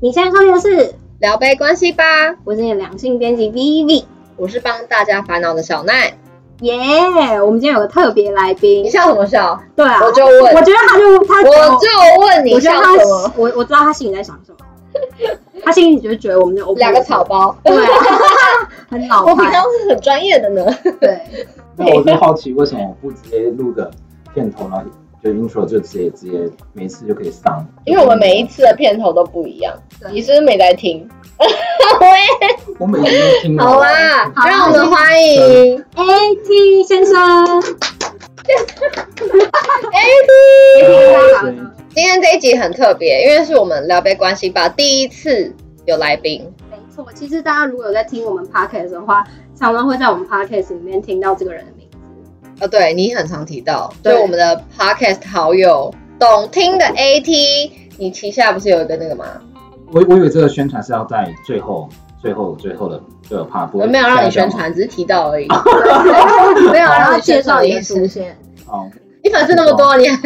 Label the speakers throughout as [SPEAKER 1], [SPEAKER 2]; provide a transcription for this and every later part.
[SPEAKER 1] 你现在收听的是，
[SPEAKER 2] 聊杯关系吧，
[SPEAKER 1] 我是你的两性编辑 Vivi，
[SPEAKER 2] 我是帮大家烦恼的小奈。
[SPEAKER 1] 耶我们今天有个特别来
[SPEAKER 2] 你
[SPEAKER 1] 宾，
[SPEAKER 2] 笑什么笑？
[SPEAKER 1] 对啊，
[SPEAKER 2] 我就
[SPEAKER 1] 我
[SPEAKER 2] 问，
[SPEAKER 1] 觉得他就他
[SPEAKER 2] 我就问你
[SPEAKER 1] 我觉
[SPEAKER 2] 笑
[SPEAKER 1] 得
[SPEAKER 2] 什么
[SPEAKER 1] 他？我我知道他心里在想什 么，他心里就是觉得我们就 OK
[SPEAKER 2] 两个草，包。
[SPEAKER 1] 对，啊 很老
[SPEAKER 2] 我平
[SPEAKER 1] 派
[SPEAKER 2] 常，是很专业的 呢。
[SPEAKER 1] 对，
[SPEAKER 3] 那我就好奇，为什么我不直接录个片头，然后就 intro 就直接直接每次就可以上？
[SPEAKER 2] 因为我们每一次的片头都不一样，你是不是没在听？喂，
[SPEAKER 3] 我每次都听
[SPEAKER 2] 好
[SPEAKER 3] 啊，
[SPEAKER 2] 啦，
[SPEAKER 1] 好
[SPEAKER 2] 让我们欢迎
[SPEAKER 1] ，AT 先生，
[SPEAKER 3] 所以
[SPEAKER 2] 今天这一集很特别，因为是我们聊杯关系吧第一次有来宾，
[SPEAKER 1] 没错，其实大家如果有在听我们 podcast 的话，常常会在我们 podcast 里面听到这个人的名 字。
[SPEAKER 2] 哦，对你很常提到，
[SPEAKER 1] 对
[SPEAKER 2] 对我们的 podcast 好友懂听的 AT，你旗下不是有一个那个吗？
[SPEAKER 3] 我我以为这个宣传是要在最后、最后、最后的最后 part，不
[SPEAKER 2] 我
[SPEAKER 3] 会
[SPEAKER 2] 没有让你宣传，只是提到而已，
[SPEAKER 1] 哦
[SPEAKER 2] 没有让
[SPEAKER 1] 他
[SPEAKER 2] 你
[SPEAKER 1] 啊介
[SPEAKER 2] 介
[SPEAKER 1] 绍
[SPEAKER 2] 绍
[SPEAKER 1] 你的
[SPEAKER 2] 你
[SPEAKER 1] 出
[SPEAKER 2] 是，
[SPEAKER 1] 现，
[SPEAKER 3] 哦。
[SPEAKER 2] 你粉丝那么多，你还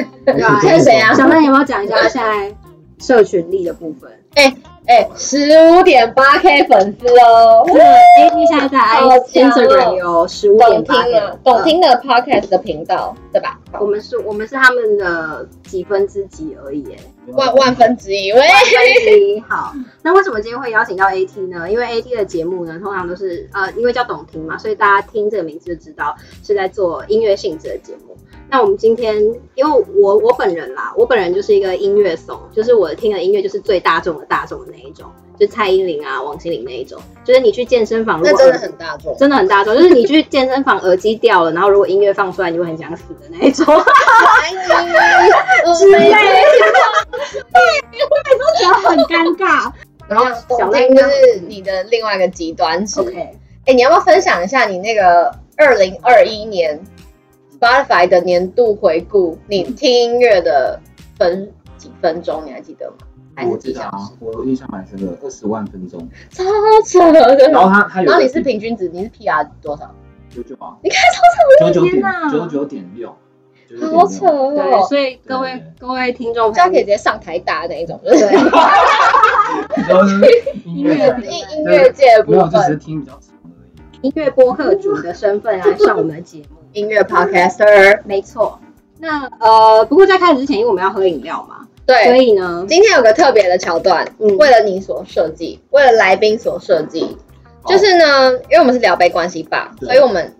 [SPEAKER 1] 啊
[SPEAKER 2] 这是谁啊
[SPEAKER 1] 小妹，你有没有讲一下现在社群力的部分？
[SPEAKER 2] 哎十五点八 K 粉丝哦，
[SPEAKER 1] 对，AT 哎现在在
[SPEAKER 2] 好强哦
[SPEAKER 1] Instagram 有十五点
[SPEAKER 2] 懂
[SPEAKER 1] 八
[SPEAKER 2] 听的懂听的 podcast 的频道对吧？
[SPEAKER 1] 我们是，我们是他们的几分之几而已耶。
[SPEAKER 2] 万万分之一，喂，
[SPEAKER 1] 哎，好，那为什么今天会邀请到 AT 呢？因为 AT 的节目呢，通常都是呃，因为叫懂听嘛，所以大家听这个名字就知道是在做音乐性质的节目。那我们今天，因为我我本人啦，我本人就是一个音乐怂，就是我听的音乐就是最大众的大众的那一种，就蔡依林啊、王心凌那一种，就是你去健身房，如
[SPEAKER 2] 那
[SPEAKER 1] 果
[SPEAKER 2] 真的很大众。
[SPEAKER 1] 真的很大众，就是你去健身房耳机掉了，然后如果音乐放出来，你会很想死的那 一种。
[SPEAKER 2] 哎呀
[SPEAKER 1] 之类的，觉得很尴尬。
[SPEAKER 2] 然后懂听就是你的另外一个极端值。
[SPEAKER 1] OK，
[SPEAKER 2] 哎、你要不要分享一下你那个二零二一年 Spotify 的年度回顾？你听音乐的分几分钟，你还记得吗？还是
[SPEAKER 3] 我
[SPEAKER 2] 几
[SPEAKER 3] 记得
[SPEAKER 2] 小
[SPEAKER 3] 啊
[SPEAKER 2] 时？，
[SPEAKER 3] 我印象蛮深的，二十万分钟。
[SPEAKER 2] 超扯的。
[SPEAKER 3] 然后他他有，
[SPEAKER 2] 然后你是平均值，你是 PR 多少？
[SPEAKER 3] 九九啊，你看九九
[SPEAKER 1] 天
[SPEAKER 3] 点
[SPEAKER 1] 哪
[SPEAKER 3] 九九点六，
[SPEAKER 2] 好扯
[SPEAKER 3] 99.6
[SPEAKER 1] 对，
[SPEAKER 2] 哦！
[SPEAKER 1] 所以各位
[SPEAKER 3] 对
[SPEAKER 1] 各位听众
[SPEAKER 2] 这样
[SPEAKER 1] 朋
[SPEAKER 2] 可以
[SPEAKER 1] 友
[SPEAKER 2] 直，接上台打那一种，就是
[SPEAKER 1] 对，
[SPEAKER 3] 然后呢音乐
[SPEAKER 1] 对
[SPEAKER 2] 音音乐界的部
[SPEAKER 3] 没有，就只是
[SPEAKER 2] 分，
[SPEAKER 3] 听比较长而已。
[SPEAKER 1] 音乐播客主的身份来上我们的节 目，
[SPEAKER 2] 音乐 podcaster。
[SPEAKER 1] 没错。那呃，不过在开始之前，因为我们要喝饮料嘛，所
[SPEAKER 2] 对，
[SPEAKER 1] 以呢，
[SPEAKER 2] 今天有个特别的桥段，
[SPEAKER 1] 嗯
[SPEAKER 2] 为了你所设计，为了来宾所设计，
[SPEAKER 3] 好
[SPEAKER 2] 就是呢，因为我们是聊杯关系吧，
[SPEAKER 3] 对
[SPEAKER 2] 所以我们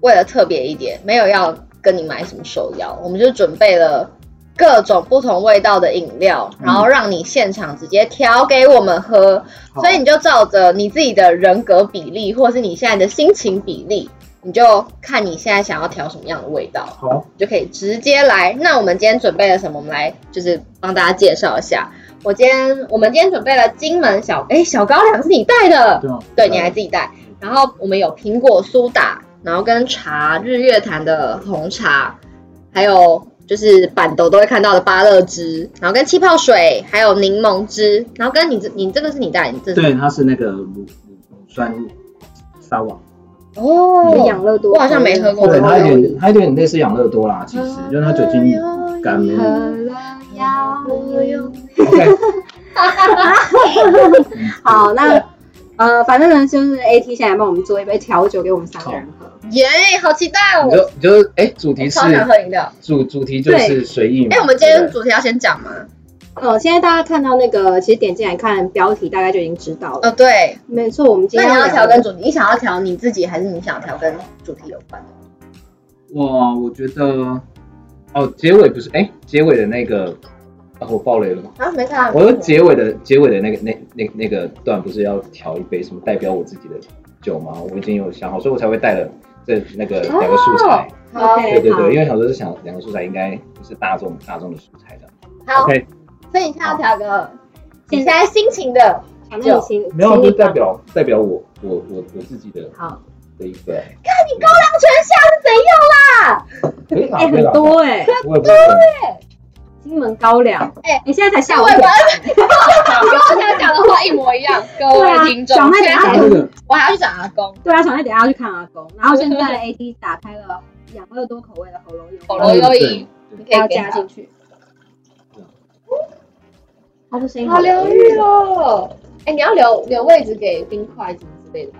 [SPEAKER 2] 为了特别一点，没有要跟你买什么手摇，我们就准备了各种不同味道的饮料，
[SPEAKER 3] 嗯
[SPEAKER 2] 然后让你现场直接调给我们喝，
[SPEAKER 3] 好
[SPEAKER 2] 所以你就照着你自己的人格比例，或是你现在的心情比例。你就看你现在想要调什么样的味道，
[SPEAKER 3] 好，
[SPEAKER 2] 你就可以直接来。那我们今天准备了什么？我们来就是帮大家介绍一下。我今天我们今天准备了金门小哎小高粱是你带的，
[SPEAKER 3] 对吗？
[SPEAKER 2] 对，你还自己带。然后我们有苹果苏打，然后跟茶日月潭的红茶，还有就是板豆都会看到的芭乐汁，然后跟气泡水，还有柠檬汁，然后跟你这你这个是你带的，你这是
[SPEAKER 3] 对，它是那个乳乳乳酸沙瓦，
[SPEAKER 1] 就
[SPEAKER 2] 哦，
[SPEAKER 1] 养乐多，
[SPEAKER 2] 我好像没喝过
[SPEAKER 3] 对，
[SPEAKER 2] 我
[SPEAKER 3] 它有
[SPEAKER 2] 有
[SPEAKER 3] 点它有点类似养乐多啦，其实
[SPEAKER 2] 啊
[SPEAKER 3] 就是它酒 精哦感没
[SPEAKER 1] 喝
[SPEAKER 3] 有。
[SPEAKER 1] 了
[SPEAKER 2] 哦
[SPEAKER 1] 要
[SPEAKER 3] OK，
[SPEAKER 1] 好，那呃，反正呢，就是 AT 现在帮我们做一杯调酒给我们三个人喝。
[SPEAKER 2] 耶好期待
[SPEAKER 3] 你
[SPEAKER 2] 哦！
[SPEAKER 3] 就你就哎，主题是
[SPEAKER 2] 超想喝饮料。
[SPEAKER 3] 主主题就是随意嘛。
[SPEAKER 2] 哎，我们今天
[SPEAKER 3] 对
[SPEAKER 2] 主题要先讲吗？
[SPEAKER 1] 呃，现在大家看到那个，其实点进来看标题，大概就已经知道了。
[SPEAKER 2] 哦，对。
[SPEAKER 1] 没错，我们今
[SPEAKER 2] 那
[SPEAKER 1] 天
[SPEAKER 2] 你要
[SPEAKER 1] 聊
[SPEAKER 2] 调
[SPEAKER 1] 的
[SPEAKER 2] 跟主题，你想要调你自己，还是你想调跟主题有关的？
[SPEAKER 3] 哇，我觉得哦，结尾不是哎，结尾的那个啊，我爆雷了吗？
[SPEAKER 2] 啊，没事啊。
[SPEAKER 3] 我说结尾的结尾的那个那那那个段不是要调一杯什么代表我自己的酒吗？我已经有想好，所以我才会带了这那个两个素材。
[SPEAKER 2] 好
[SPEAKER 1] ，OK
[SPEAKER 3] 对对
[SPEAKER 1] 好
[SPEAKER 3] 对，因为想说是想两个素材应该不是大众大众的素材的。
[SPEAKER 2] 好，
[SPEAKER 3] OK，
[SPEAKER 2] 所以你现在要调个你
[SPEAKER 1] 现
[SPEAKER 2] 现
[SPEAKER 1] 在
[SPEAKER 2] 在心情的
[SPEAKER 1] 小妹你心
[SPEAKER 3] 没有
[SPEAKER 1] 心
[SPEAKER 3] 就
[SPEAKER 1] 里
[SPEAKER 3] 是代表代表我我我我自己的
[SPEAKER 1] 好，
[SPEAKER 3] 的一个。
[SPEAKER 2] 看你高粱泉下是怎样？
[SPEAKER 3] 可以啦
[SPEAKER 1] 哎、
[SPEAKER 3] 可以
[SPEAKER 1] 很
[SPEAKER 3] 啦
[SPEAKER 1] 多哎、
[SPEAKER 3] 我也不会分
[SPEAKER 1] 金门高粱，哎、
[SPEAKER 2] 哎
[SPEAKER 1] 你现在才下午
[SPEAKER 2] 我
[SPEAKER 1] 一
[SPEAKER 2] 也
[SPEAKER 1] 点
[SPEAKER 2] 不，你 跟我现在讲的话一模一样，各
[SPEAKER 1] 对啊
[SPEAKER 2] 位听众。
[SPEAKER 1] 小麦
[SPEAKER 2] 现
[SPEAKER 1] 等
[SPEAKER 2] 在
[SPEAKER 3] 他
[SPEAKER 1] 下
[SPEAKER 2] 才
[SPEAKER 3] 这个
[SPEAKER 2] 我还要去找阿公，
[SPEAKER 1] 对啊，小妹等一下要去看阿公，然后现在 AT 打开了养乐多口味的喉咙油，
[SPEAKER 2] 喉咙油
[SPEAKER 3] 对
[SPEAKER 2] 你可以
[SPEAKER 1] 要
[SPEAKER 2] 给
[SPEAKER 1] 加
[SPEAKER 2] 他
[SPEAKER 1] 进。去。哦，这声音
[SPEAKER 2] 好疗愈哦。哎、你要留留位置给冰块什么之类的吧？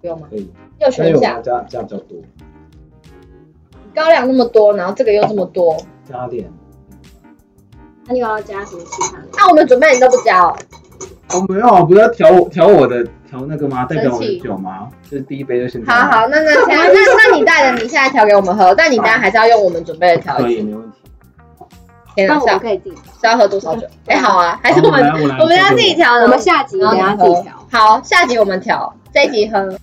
[SPEAKER 2] 不用吗？
[SPEAKER 3] 可以，
[SPEAKER 2] 你有
[SPEAKER 3] 但是
[SPEAKER 2] 选
[SPEAKER 3] 我
[SPEAKER 2] 项
[SPEAKER 3] 们，加加比较多，
[SPEAKER 2] 高粱那么多，然后这个又这么多，
[SPEAKER 3] 加点。
[SPEAKER 1] 那又要加什么其他的？
[SPEAKER 2] 那我们准备你都不加哦。
[SPEAKER 3] 我没有，不是要调我调我的调那个吗？代表我
[SPEAKER 2] 生气
[SPEAKER 3] 的酒吗？就是第一杯就先这
[SPEAKER 2] 好
[SPEAKER 3] 样
[SPEAKER 2] 好，那那那那那你带的，你现在调给我们喝，但你当然还是要用我们准备的调
[SPEAKER 3] 可
[SPEAKER 2] 一
[SPEAKER 3] 以，
[SPEAKER 2] 次。
[SPEAKER 3] 没问题。
[SPEAKER 2] 天
[SPEAKER 1] 那
[SPEAKER 2] 哪，
[SPEAKER 1] 我
[SPEAKER 2] 是要
[SPEAKER 1] 们可以自己，
[SPEAKER 2] 是要喝多少酒？哎、好啊，还是我们
[SPEAKER 3] 好我来，
[SPEAKER 2] 我
[SPEAKER 3] 我
[SPEAKER 2] 们
[SPEAKER 3] 来
[SPEAKER 2] 要自己调的。哦
[SPEAKER 1] 我们下集等下自己调，
[SPEAKER 2] 好，下集我们调，这一集喝。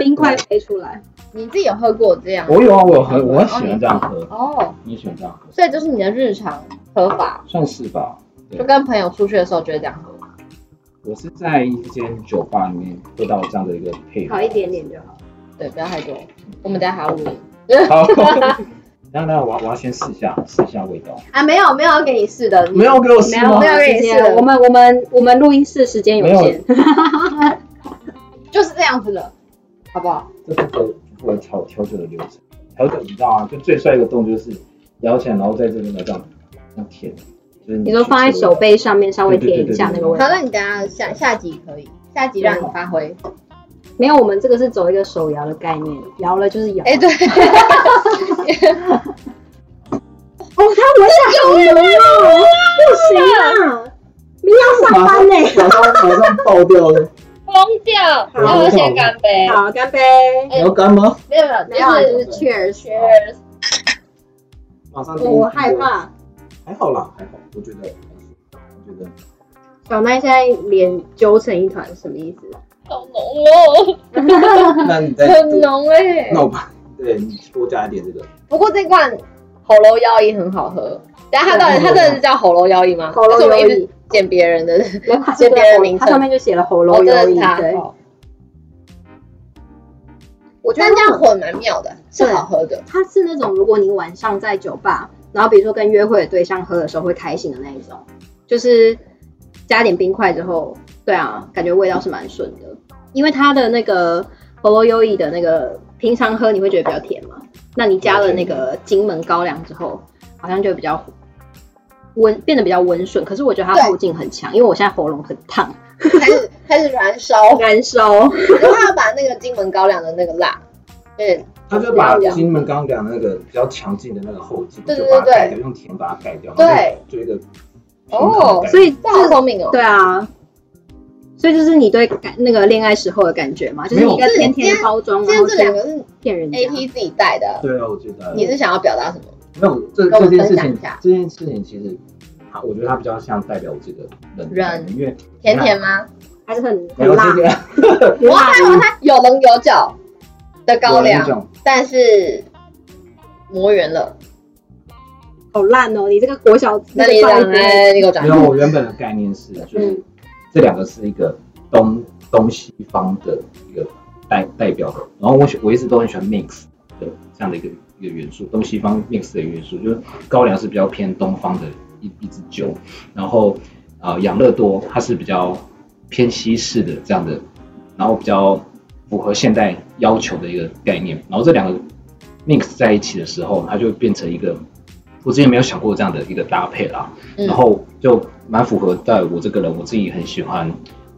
[SPEAKER 1] 冰块飞出来。
[SPEAKER 2] 你自己有喝过这样？
[SPEAKER 3] 我有啊，我有喝，我很喜欢这样喝，
[SPEAKER 2] 哦，
[SPEAKER 3] 你喜欢这样喝，
[SPEAKER 2] 所以就是你的日常喝法，
[SPEAKER 3] 算是吧。对
[SPEAKER 2] 就跟朋友出去的时候就会这样喝。
[SPEAKER 3] 我是在一间酒吧里面喝到这样的一个配合，
[SPEAKER 1] 好一点点就好。
[SPEAKER 2] 对，不要太多。我们等一下还要录音
[SPEAKER 3] 好。 那那我要我要先试一下试一下味道，
[SPEAKER 2] 啊，没有没有要给你试的，
[SPEAKER 3] 没有给我试
[SPEAKER 1] 嗯没有
[SPEAKER 3] 哦吗
[SPEAKER 2] 没？有
[SPEAKER 1] 时
[SPEAKER 2] 意
[SPEAKER 1] 间
[SPEAKER 2] 思
[SPEAKER 1] 我们我们我们录音室时间有限，
[SPEAKER 2] 就是这样子了，好不好？
[SPEAKER 3] 这不合不合调调酒的流程。调酒你知道啊吗？就最帅一个动作就是摇起来，然后在这边这样这样舔，就是
[SPEAKER 1] 你说放在手背上面稍微贴一下那个
[SPEAKER 2] 好，
[SPEAKER 1] 味道。
[SPEAKER 2] 那你等一下下下集可以，下集让你发挥。
[SPEAKER 1] 没有，我们这个是走一个手摇的概念，摇了就是摇。
[SPEAKER 2] 哎、 对，
[SPEAKER 1] 哦，它闻起来好浓哦，不行啊，明天要上班呢。
[SPEAKER 3] 马上马上爆掉了。
[SPEAKER 2] 疯掉！
[SPEAKER 3] 好
[SPEAKER 2] 然后先干杯。
[SPEAKER 1] 好，干杯。
[SPEAKER 3] 你要干吗？
[SPEAKER 2] 没有没有，
[SPEAKER 1] 没有啊，哎就
[SPEAKER 2] 就是
[SPEAKER 1] 是 cheers。
[SPEAKER 2] cheers。
[SPEAKER 3] 马上。
[SPEAKER 1] 我害。怕，
[SPEAKER 3] 还好啦，还好，我觉得，我觉得
[SPEAKER 1] 小麦现在脸揪成一团，什么意思？
[SPEAKER 2] 好浓哦，
[SPEAKER 3] 那你 再
[SPEAKER 2] 很浓哎、
[SPEAKER 3] 弄吧。对你多加一点这个，
[SPEAKER 2] 不过这罐喉咙腰饮很好喝。等一下它到底它真的是叫喉咙腰饮吗？
[SPEAKER 1] 喉咙
[SPEAKER 2] 还是我们
[SPEAKER 1] 优
[SPEAKER 2] 一直
[SPEAKER 1] 异，
[SPEAKER 2] 捡别人的，
[SPEAKER 1] 没有它
[SPEAKER 2] 这
[SPEAKER 1] 这
[SPEAKER 2] 边的
[SPEAKER 1] 个
[SPEAKER 2] 名
[SPEAKER 1] 它
[SPEAKER 2] 称
[SPEAKER 1] 上面就写了喉
[SPEAKER 2] 哦
[SPEAKER 1] 咙
[SPEAKER 2] 真的
[SPEAKER 1] 优
[SPEAKER 2] 是
[SPEAKER 1] 异，
[SPEAKER 2] 它。
[SPEAKER 1] 对。
[SPEAKER 2] 哦
[SPEAKER 1] 我觉得
[SPEAKER 2] 但这样混蛮妙的，是好喝的。
[SPEAKER 1] 它是那种如果你晚上在酒吧，然后比如说跟约会的对象喝的时候会开心的那一种，就是加点冰块之后，对啊，感觉味道是蛮顺的，因为它的那个喉咙优异的那个平常喝你会觉得比较甜嘛，那你加了那个金门高粱之后，好像就比较温，变得比较温顺。可是我觉得它后劲很强，因为我现在喉咙很烫，
[SPEAKER 2] 开始开始燃烧，
[SPEAKER 1] 燃烧。
[SPEAKER 2] 然后他把那个金门高粱的那个辣，对，
[SPEAKER 3] 他就把金门刚刚讲的那个比较强劲的那个后劲，
[SPEAKER 2] 对对
[SPEAKER 3] 就
[SPEAKER 2] 对
[SPEAKER 3] 把它改掉，用甜把它改掉，
[SPEAKER 2] 对
[SPEAKER 3] 然后就一个平衡的
[SPEAKER 2] 哦
[SPEAKER 3] 感觉
[SPEAKER 1] 所以
[SPEAKER 2] 这好聪明哦。
[SPEAKER 1] 对啊，所以就是你对感那个恋爱时候的感觉嘛，就是
[SPEAKER 3] 没
[SPEAKER 1] 一
[SPEAKER 3] 有
[SPEAKER 1] 个甜甜的包装，
[SPEAKER 2] 今
[SPEAKER 1] 然
[SPEAKER 2] 天
[SPEAKER 1] 后
[SPEAKER 2] 这两
[SPEAKER 1] 去
[SPEAKER 2] 个是
[SPEAKER 1] 骗人家
[SPEAKER 2] A。T 自己带的，
[SPEAKER 3] 对啊，我觉得
[SPEAKER 2] 你是想要表达什么？
[SPEAKER 3] 没有这
[SPEAKER 2] 跟我们
[SPEAKER 3] 这件事
[SPEAKER 2] 分享
[SPEAKER 3] 情
[SPEAKER 2] 一下，
[SPEAKER 3] 这件事情其实他，我觉得他比较像代表我这个人的感觉，因为
[SPEAKER 2] 甜甜吗？
[SPEAKER 1] 还是很哦
[SPEAKER 3] 没
[SPEAKER 1] 很
[SPEAKER 3] 有
[SPEAKER 1] 辣
[SPEAKER 3] 这，个
[SPEAKER 2] 我还以为它有棱有角的 高
[SPEAKER 3] 有那
[SPEAKER 2] 粱，
[SPEAKER 3] 种
[SPEAKER 2] 但是磨圆了。
[SPEAKER 1] 好烂哦！你这个国小
[SPEAKER 2] 那你
[SPEAKER 1] 这个
[SPEAKER 2] 讲
[SPEAKER 1] 饭店
[SPEAKER 2] 哎，你给我讲
[SPEAKER 3] 没。有，嗯我原本的概念是，就是
[SPEAKER 1] 嗯
[SPEAKER 3] 这两个是一个东东西方的一个代代表的。然后我喜我一直都很喜欢 mix 的这样的一个一个元素，东西方 mix 的元素，就是高粱是比较偏东方的一一支酒，然后呃养乐多它是比较偏西式的这样的，然后比较符合现代要求的一个概念。然后这两个 mix 在一起的时候，它就变成一个我之前没有想过这样的一个搭配啦。
[SPEAKER 2] 嗯
[SPEAKER 3] 然后就蛮符合在我这个人，我自己很喜欢，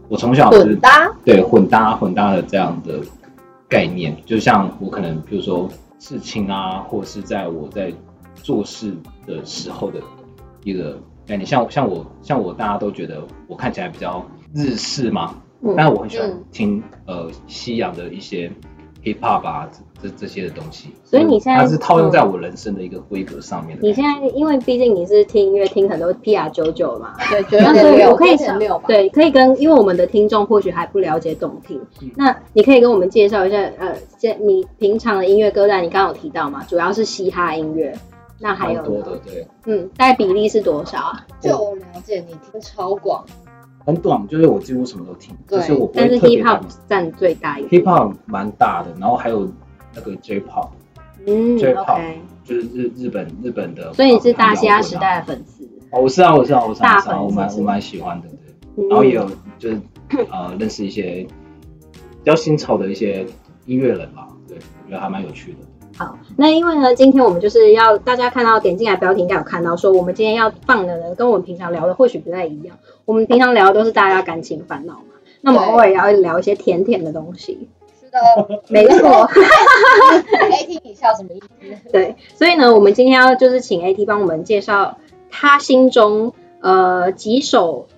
[SPEAKER 3] 我从小就是
[SPEAKER 2] 混搭，
[SPEAKER 3] 对混搭混搭的这样的概念，就像我可能比如说事情啊，或是在我在做事的时候的一个概念，像像我像我大家都觉得我看起来比较日式嘛，
[SPEAKER 1] 嗯
[SPEAKER 3] 但是我很喜欢
[SPEAKER 2] 嗯
[SPEAKER 3] 听、呃西洋的一些 hip hop 啊这这这些的东西，
[SPEAKER 1] 所以你现在
[SPEAKER 3] 它是套用在
[SPEAKER 1] 嗯
[SPEAKER 3] 我人生的一个规格上面的。
[SPEAKER 1] 你现在因为毕竟你是听音乐听很多 P R 九九嘛，
[SPEAKER 2] 对，九
[SPEAKER 1] 那
[SPEAKER 2] 点
[SPEAKER 1] 所以
[SPEAKER 2] 六，
[SPEAKER 1] 我可以
[SPEAKER 2] 点六吧。
[SPEAKER 1] 对，可以跟因为我们的听众或许还不了解懂听，
[SPEAKER 3] 嗯
[SPEAKER 1] 那你可以跟我们介绍一下，呃，现你平常的音乐歌单，你刚刚有提到嘛，主要是嘻哈音乐，那还有
[SPEAKER 3] 蛮多
[SPEAKER 1] 呢
[SPEAKER 3] 的，对。
[SPEAKER 1] 嗯，大概比例是多少啊？
[SPEAKER 2] 就我了解，你听超广，
[SPEAKER 3] 很短，就是我几乎什么都听，
[SPEAKER 2] 对
[SPEAKER 3] 就是我不
[SPEAKER 1] 但
[SPEAKER 3] 会
[SPEAKER 1] 是
[SPEAKER 3] 特别
[SPEAKER 1] hip
[SPEAKER 3] 打
[SPEAKER 1] hop 占最大一个，
[SPEAKER 3] hip hop 蛮大的，然后还有那个 J pop，
[SPEAKER 1] 嗯
[SPEAKER 3] J-pop
[SPEAKER 1] ，OK，
[SPEAKER 3] 就是日日本日本的，啊
[SPEAKER 1] 所以你是大嘻哈时，代的粉丝，
[SPEAKER 3] 哦，我是啊，我是啊，我是啊，
[SPEAKER 1] 大
[SPEAKER 3] 我是
[SPEAKER 1] 粉
[SPEAKER 3] 啊，
[SPEAKER 1] 丝是
[SPEAKER 3] 我蛮我蛮喜欢的，对，
[SPEAKER 1] 嗯
[SPEAKER 3] 然后哦也有就是 呃认识一些比较新潮的一些音乐人吧，对，我觉得还蛮有趣的，
[SPEAKER 1] 好，那因为呢，今天我们就是要大家看到点进来标题，应该有看到说，我们今天要放的呢，跟我们平常聊的或许不太一样。我们平常聊的都是大家感情烦恼嘛，那我们
[SPEAKER 2] 对
[SPEAKER 1] 偶尔也要聊一些甜甜的东西。
[SPEAKER 2] 是的 哎
[SPEAKER 1] 没错，
[SPEAKER 2] ，AT 以下什么意思？
[SPEAKER 1] 对，所以呢，我们今天要就是请 AT 帮我们介绍他心中呃几首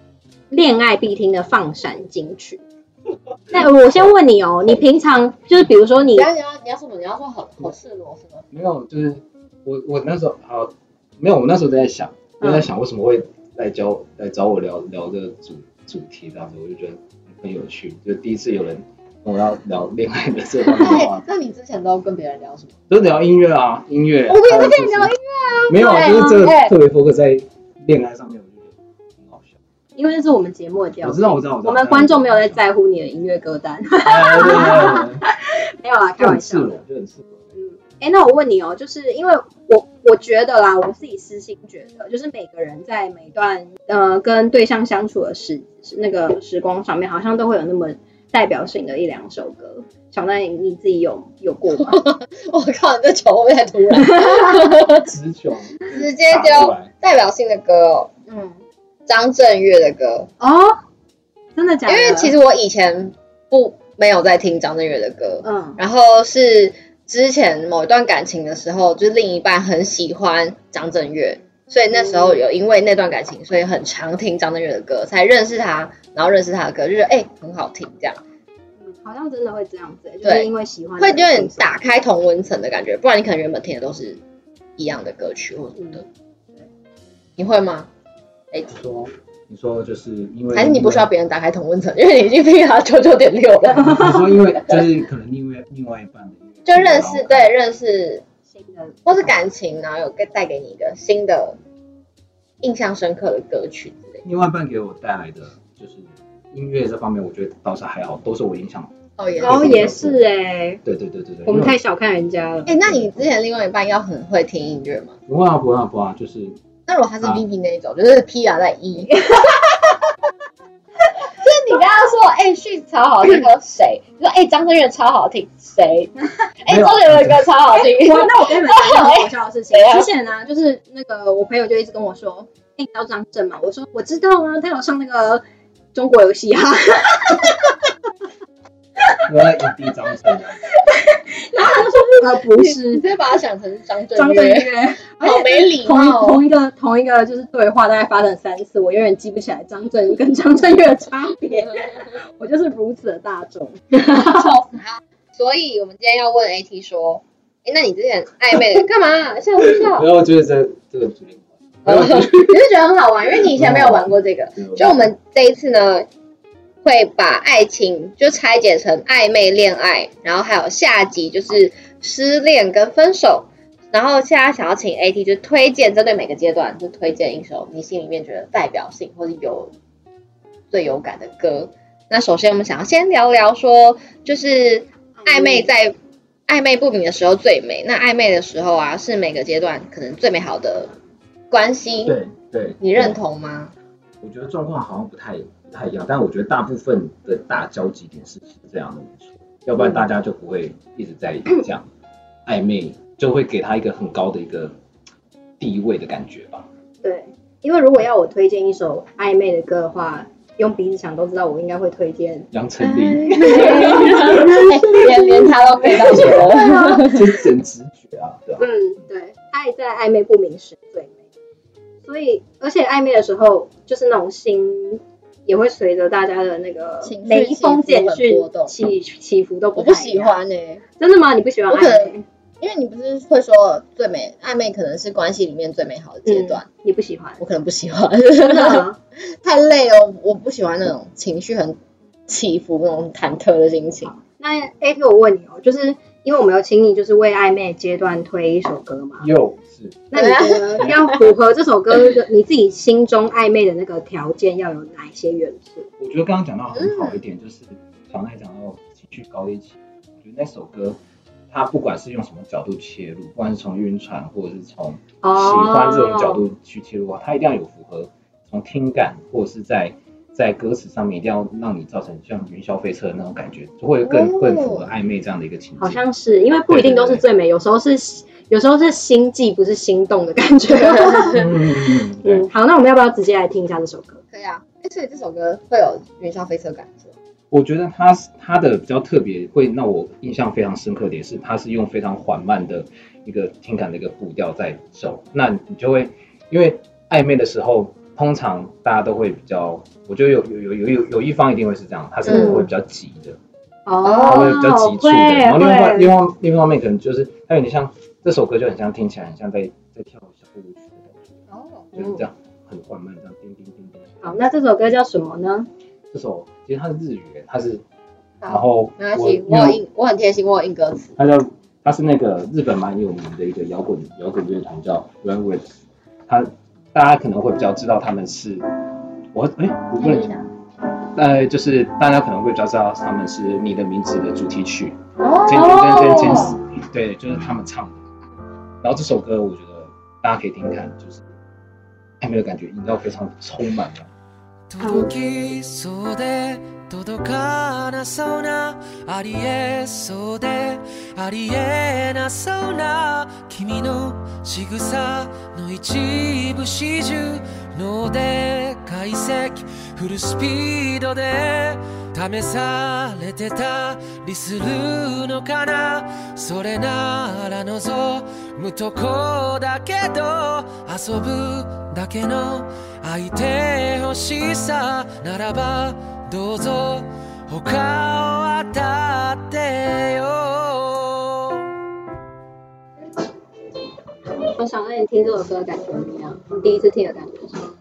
[SPEAKER 1] 恋爱必听的放闪金曲。 那我先问你哦，你平常就是比如说你
[SPEAKER 2] 你要你要你要说什么？你要说好好赤裸是 吗？
[SPEAKER 3] 没有，就是我我那时候好没有，我那时候在想，我在想为什么会来教来找我聊聊这个主主题这样子，我就觉得很有趣，就第一次有人跟我要聊恋爱的这方面的话
[SPEAKER 2] 哎，，那你之前都跟别人聊什么？
[SPEAKER 3] 就聊音乐啊，音乐，
[SPEAKER 2] 我们也不
[SPEAKER 3] 可以聊音乐啊，没有，
[SPEAKER 2] 对啊
[SPEAKER 3] 就是这个
[SPEAKER 2] 哎
[SPEAKER 3] 特别 focus 在恋爱上面，我就觉得很好笑。
[SPEAKER 1] 因为这是我们节目的调
[SPEAKER 3] 我
[SPEAKER 1] 性
[SPEAKER 3] 知道，我知道，知道
[SPEAKER 1] 我们观众没有在，在乎你的音乐歌单，
[SPEAKER 3] 哎对对对对
[SPEAKER 1] 没有啦，开
[SPEAKER 3] 就
[SPEAKER 1] 玩
[SPEAKER 3] 很
[SPEAKER 1] 笑
[SPEAKER 3] 赤
[SPEAKER 1] 的。
[SPEAKER 3] 裸，就很赤裸。
[SPEAKER 1] 嗯，哎，那我问你哦，就是因为我我觉得啦，我自己私心觉得，就是每个人在每段呃跟对象相处的时那个时光上面，好像都会有那么代表性的一两首歌。小奈，你自己有有过 吗？
[SPEAKER 2] 我靠，你这球会不会太突然？
[SPEAKER 3] 直球，
[SPEAKER 2] 直接丢
[SPEAKER 3] 打出来
[SPEAKER 2] 代表性的歌哦，
[SPEAKER 1] 嗯，
[SPEAKER 2] 张震岳的歌，
[SPEAKER 1] 哦，真的假
[SPEAKER 2] 因
[SPEAKER 1] 的？
[SPEAKER 2] 为其
[SPEAKER 1] 实
[SPEAKER 2] 实我以前不没有在听张震岳的歌，
[SPEAKER 1] 嗯
[SPEAKER 2] 然后是之前某一段感情的时候，就是另一半很喜欢张震岳，所以那时候有因为那段感情，所以很常听张震岳的歌，才认识他，然后认识他的歌，就是哎、很好听，这样
[SPEAKER 1] 嗯，好像真的会这样子、欸就是
[SPEAKER 2] 对
[SPEAKER 1] 因为喜欢
[SPEAKER 2] 会有点
[SPEAKER 1] 大。
[SPEAKER 2] 打开同温层的感觉，不然你可能原本听的都是一样的歌曲或什么的，
[SPEAKER 1] 嗯
[SPEAKER 2] 你会吗？
[SPEAKER 3] 你说，你说就是因为
[SPEAKER 2] 还是你不需要别人打开同温层，因为你已经听他九九点六了，
[SPEAKER 3] 你说因为就是可能另外另外一半的音乐
[SPEAKER 2] 就认识对认识
[SPEAKER 1] 新的
[SPEAKER 2] 或是感情，然后有给带给你一个新的印象深刻的歌曲之类的。
[SPEAKER 3] 另外一半给我带来的就是音乐这方面，我觉得倒是还好，都是我影响。
[SPEAKER 2] 哦，也
[SPEAKER 3] 是
[SPEAKER 1] 哦，也是哎、
[SPEAKER 3] 对对对对对，啊
[SPEAKER 1] 我们
[SPEAKER 3] 因为
[SPEAKER 1] 太小看人家了。
[SPEAKER 2] 哎、那你之前另外一半要很会听音乐吗？
[SPEAKER 3] 不会啊不会啊不会啊，就是
[SPEAKER 2] 那如果他是
[SPEAKER 3] 啊
[SPEAKER 2] Vivi 那一种，就是 P R 在 E 一， 就是你跟他说，哎、旭超好听，他说谁？你说哎，张震岳超好听，谁？哎、
[SPEAKER 3] 没有
[SPEAKER 2] 周杰伦的歌超好听，
[SPEAKER 1] 我 那我跟你们讲一个很好笑的事情
[SPEAKER 2] 怎，样
[SPEAKER 1] 之前呢、就是那个我朋友就一直跟我说，哎、你知道张震嘛？我说我知道啊，他有上那个中国游 戏哈，啊
[SPEAKER 3] 我要影帝张震啊，
[SPEAKER 1] 然后他就说呃不
[SPEAKER 2] 你
[SPEAKER 1] 是
[SPEAKER 2] 直接把他想啊成是张震
[SPEAKER 1] 张震
[SPEAKER 2] 岳，
[SPEAKER 1] 岳，而
[SPEAKER 2] 好
[SPEAKER 1] 且
[SPEAKER 2] 没礼
[SPEAKER 1] 同一
[SPEAKER 2] 貌、哦。
[SPEAKER 1] 同一个同一个就是对话，大概发生了三次，我永远记不起来张震跟张震岳的差 别，我就是如此的大众。
[SPEAKER 2] 笑死他！所以我们今天要问 AT 说，哎、那你之前暧昧的干嘛？笑不 笑？
[SPEAKER 3] 然后我觉得这这个主题很好，
[SPEAKER 2] 你是觉得很好玩，因为你以前没有玩过这个。
[SPEAKER 3] 对
[SPEAKER 2] 就我们这一次呢，会把爱情就拆解成暧昧、恋爱，然后还有下集就是失恋跟分手。然后现在想要请 AT 就推荐针对每个阶段，就推荐一首你心里面觉得代表性或是有最有感的歌。那首先我们想要先聊聊说，就是暧昧在暧昧不明的时候最美。那暧昧的时候啊，是每个阶段可能最美好的关系。
[SPEAKER 3] 对对，
[SPEAKER 2] 你认同吗？
[SPEAKER 3] 我觉得状况好像不太不太一样，但我觉得大部分的大交集点是这样的，没错，要不然大家就不会一直在这样暧昧，就会给他一个很高的一个地位的感觉吧。
[SPEAKER 1] 对，因为如果要我推荐一首暧昧的歌的话，用鼻子想都知道，我应该会推荐。
[SPEAKER 3] 杨丞琳
[SPEAKER 2] 连连他都背到学了。
[SPEAKER 3] 这是很直觉啊，对吧、
[SPEAKER 1] 嗯，对，爱在暧昧不明时最美。所以，而且暧昧的时候，就是那种心也会随着大家的那个
[SPEAKER 2] 情绪
[SPEAKER 1] 每一封简
[SPEAKER 2] 起
[SPEAKER 1] 讯
[SPEAKER 2] 伏很波动
[SPEAKER 1] 起起伏都
[SPEAKER 2] 我
[SPEAKER 1] 不
[SPEAKER 2] 不
[SPEAKER 1] 太一
[SPEAKER 2] 喜
[SPEAKER 1] 样。
[SPEAKER 2] 欢呢、
[SPEAKER 1] 真的吗？你不喜欢
[SPEAKER 2] 我可
[SPEAKER 1] 暧昧？
[SPEAKER 2] 因为你不是会说最美暧昧可能是关系里面最美好的阶段，
[SPEAKER 1] 嗯你不喜 欢？
[SPEAKER 2] 我可能不喜欢，
[SPEAKER 1] 真的？
[SPEAKER 2] 太累哦，我不喜欢那种情绪很起伏、那种忐忑的心情。
[SPEAKER 1] 那 A T，我问你哦，就是因为我们有请你，就是为暧昧阶段推一首歌嘛？
[SPEAKER 3] 又是
[SPEAKER 1] 那你觉 得要符合这首歌的你自己心中暧昧的那个条件，要有哪一些元素？
[SPEAKER 3] 我觉得刚刚讲到很好一点，就是小奈讲到情绪高低起伏，我觉得那首歌，它不管是用什么角度切入，不管是从晕船或者是从喜欢这种角度去切入的话，它一定要有符合从听感或者是在在歌词上面一定要让你造成像云霄飞车的那种感觉，就会更
[SPEAKER 2] 哦
[SPEAKER 3] 更符合暧昧这样的一个情
[SPEAKER 1] 好
[SPEAKER 3] 境。
[SPEAKER 1] 像是，因为不一定都是最美，有时候是有时候是心悸，不是心动的感觉。
[SPEAKER 3] 嗯嗯嗯嗯，对。
[SPEAKER 1] 嗯，好，那我们要不要直接来听一下这首歌？
[SPEAKER 2] 可以啊，哎、所以这首歌会有云霄飞车感是吧？
[SPEAKER 3] 我觉得他他的比较特别，会让我印象非常深刻的点是，他是用非常缓慢的一个听感的一个步调在走，那你就会因为暧昧的时候，通常大家都会比较，我觉得有有有有有有一方一定会是这样，他是
[SPEAKER 2] 嗯
[SPEAKER 3] 会比较急的，
[SPEAKER 2] 哦
[SPEAKER 3] 他会比较急促的，
[SPEAKER 1] 会
[SPEAKER 3] 然后另外另
[SPEAKER 1] 会，
[SPEAKER 3] 外另外一方面可能就是它有点像这首歌就很像听起来很像在在跳小步舞曲的感觉，
[SPEAKER 2] 哦，
[SPEAKER 3] 就是这样很缓慢这样叮叮叮叮。
[SPEAKER 1] 好，那这首歌叫什么呢？
[SPEAKER 3] 这首其实它是日语耶，它是然
[SPEAKER 2] 好，
[SPEAKER 3] 后
[SPEAKER 2] 哦没关
[SPEAKER 3] 我
[SPEAKER 2] 系，我有印，我很贴心，我有印歌词。
[SPEAKER 3] 它叫它是那个日本蛮有名的一个摇滚摇滚乐团叫 r a n w i d 它大家可能会比较知道他们是我哎、我不能讲，呃就是大家可能会比较知道他们是你的名字的主题曲，
[SPEAKER 2] 哦
[SPEAKER 3] 前前前前前，对，就是他们唱的。然后这首歌我觉得大家可以听听看，就是暧昧的感觉营造非常充满了。
[SPEAKER 4] 届きそうで届かなそうなありえそうでありえなそうな君の仕草の一部始終脳で解析フルスピードで試されてたりするのかなそれなら望むとこだけど遊ぶだけの相手欲しさならばどうぞ他を当たってよ
[SPEAKER 1] 我想让你听这首歌的感觉怎么样？你第一次听的感觉是什么？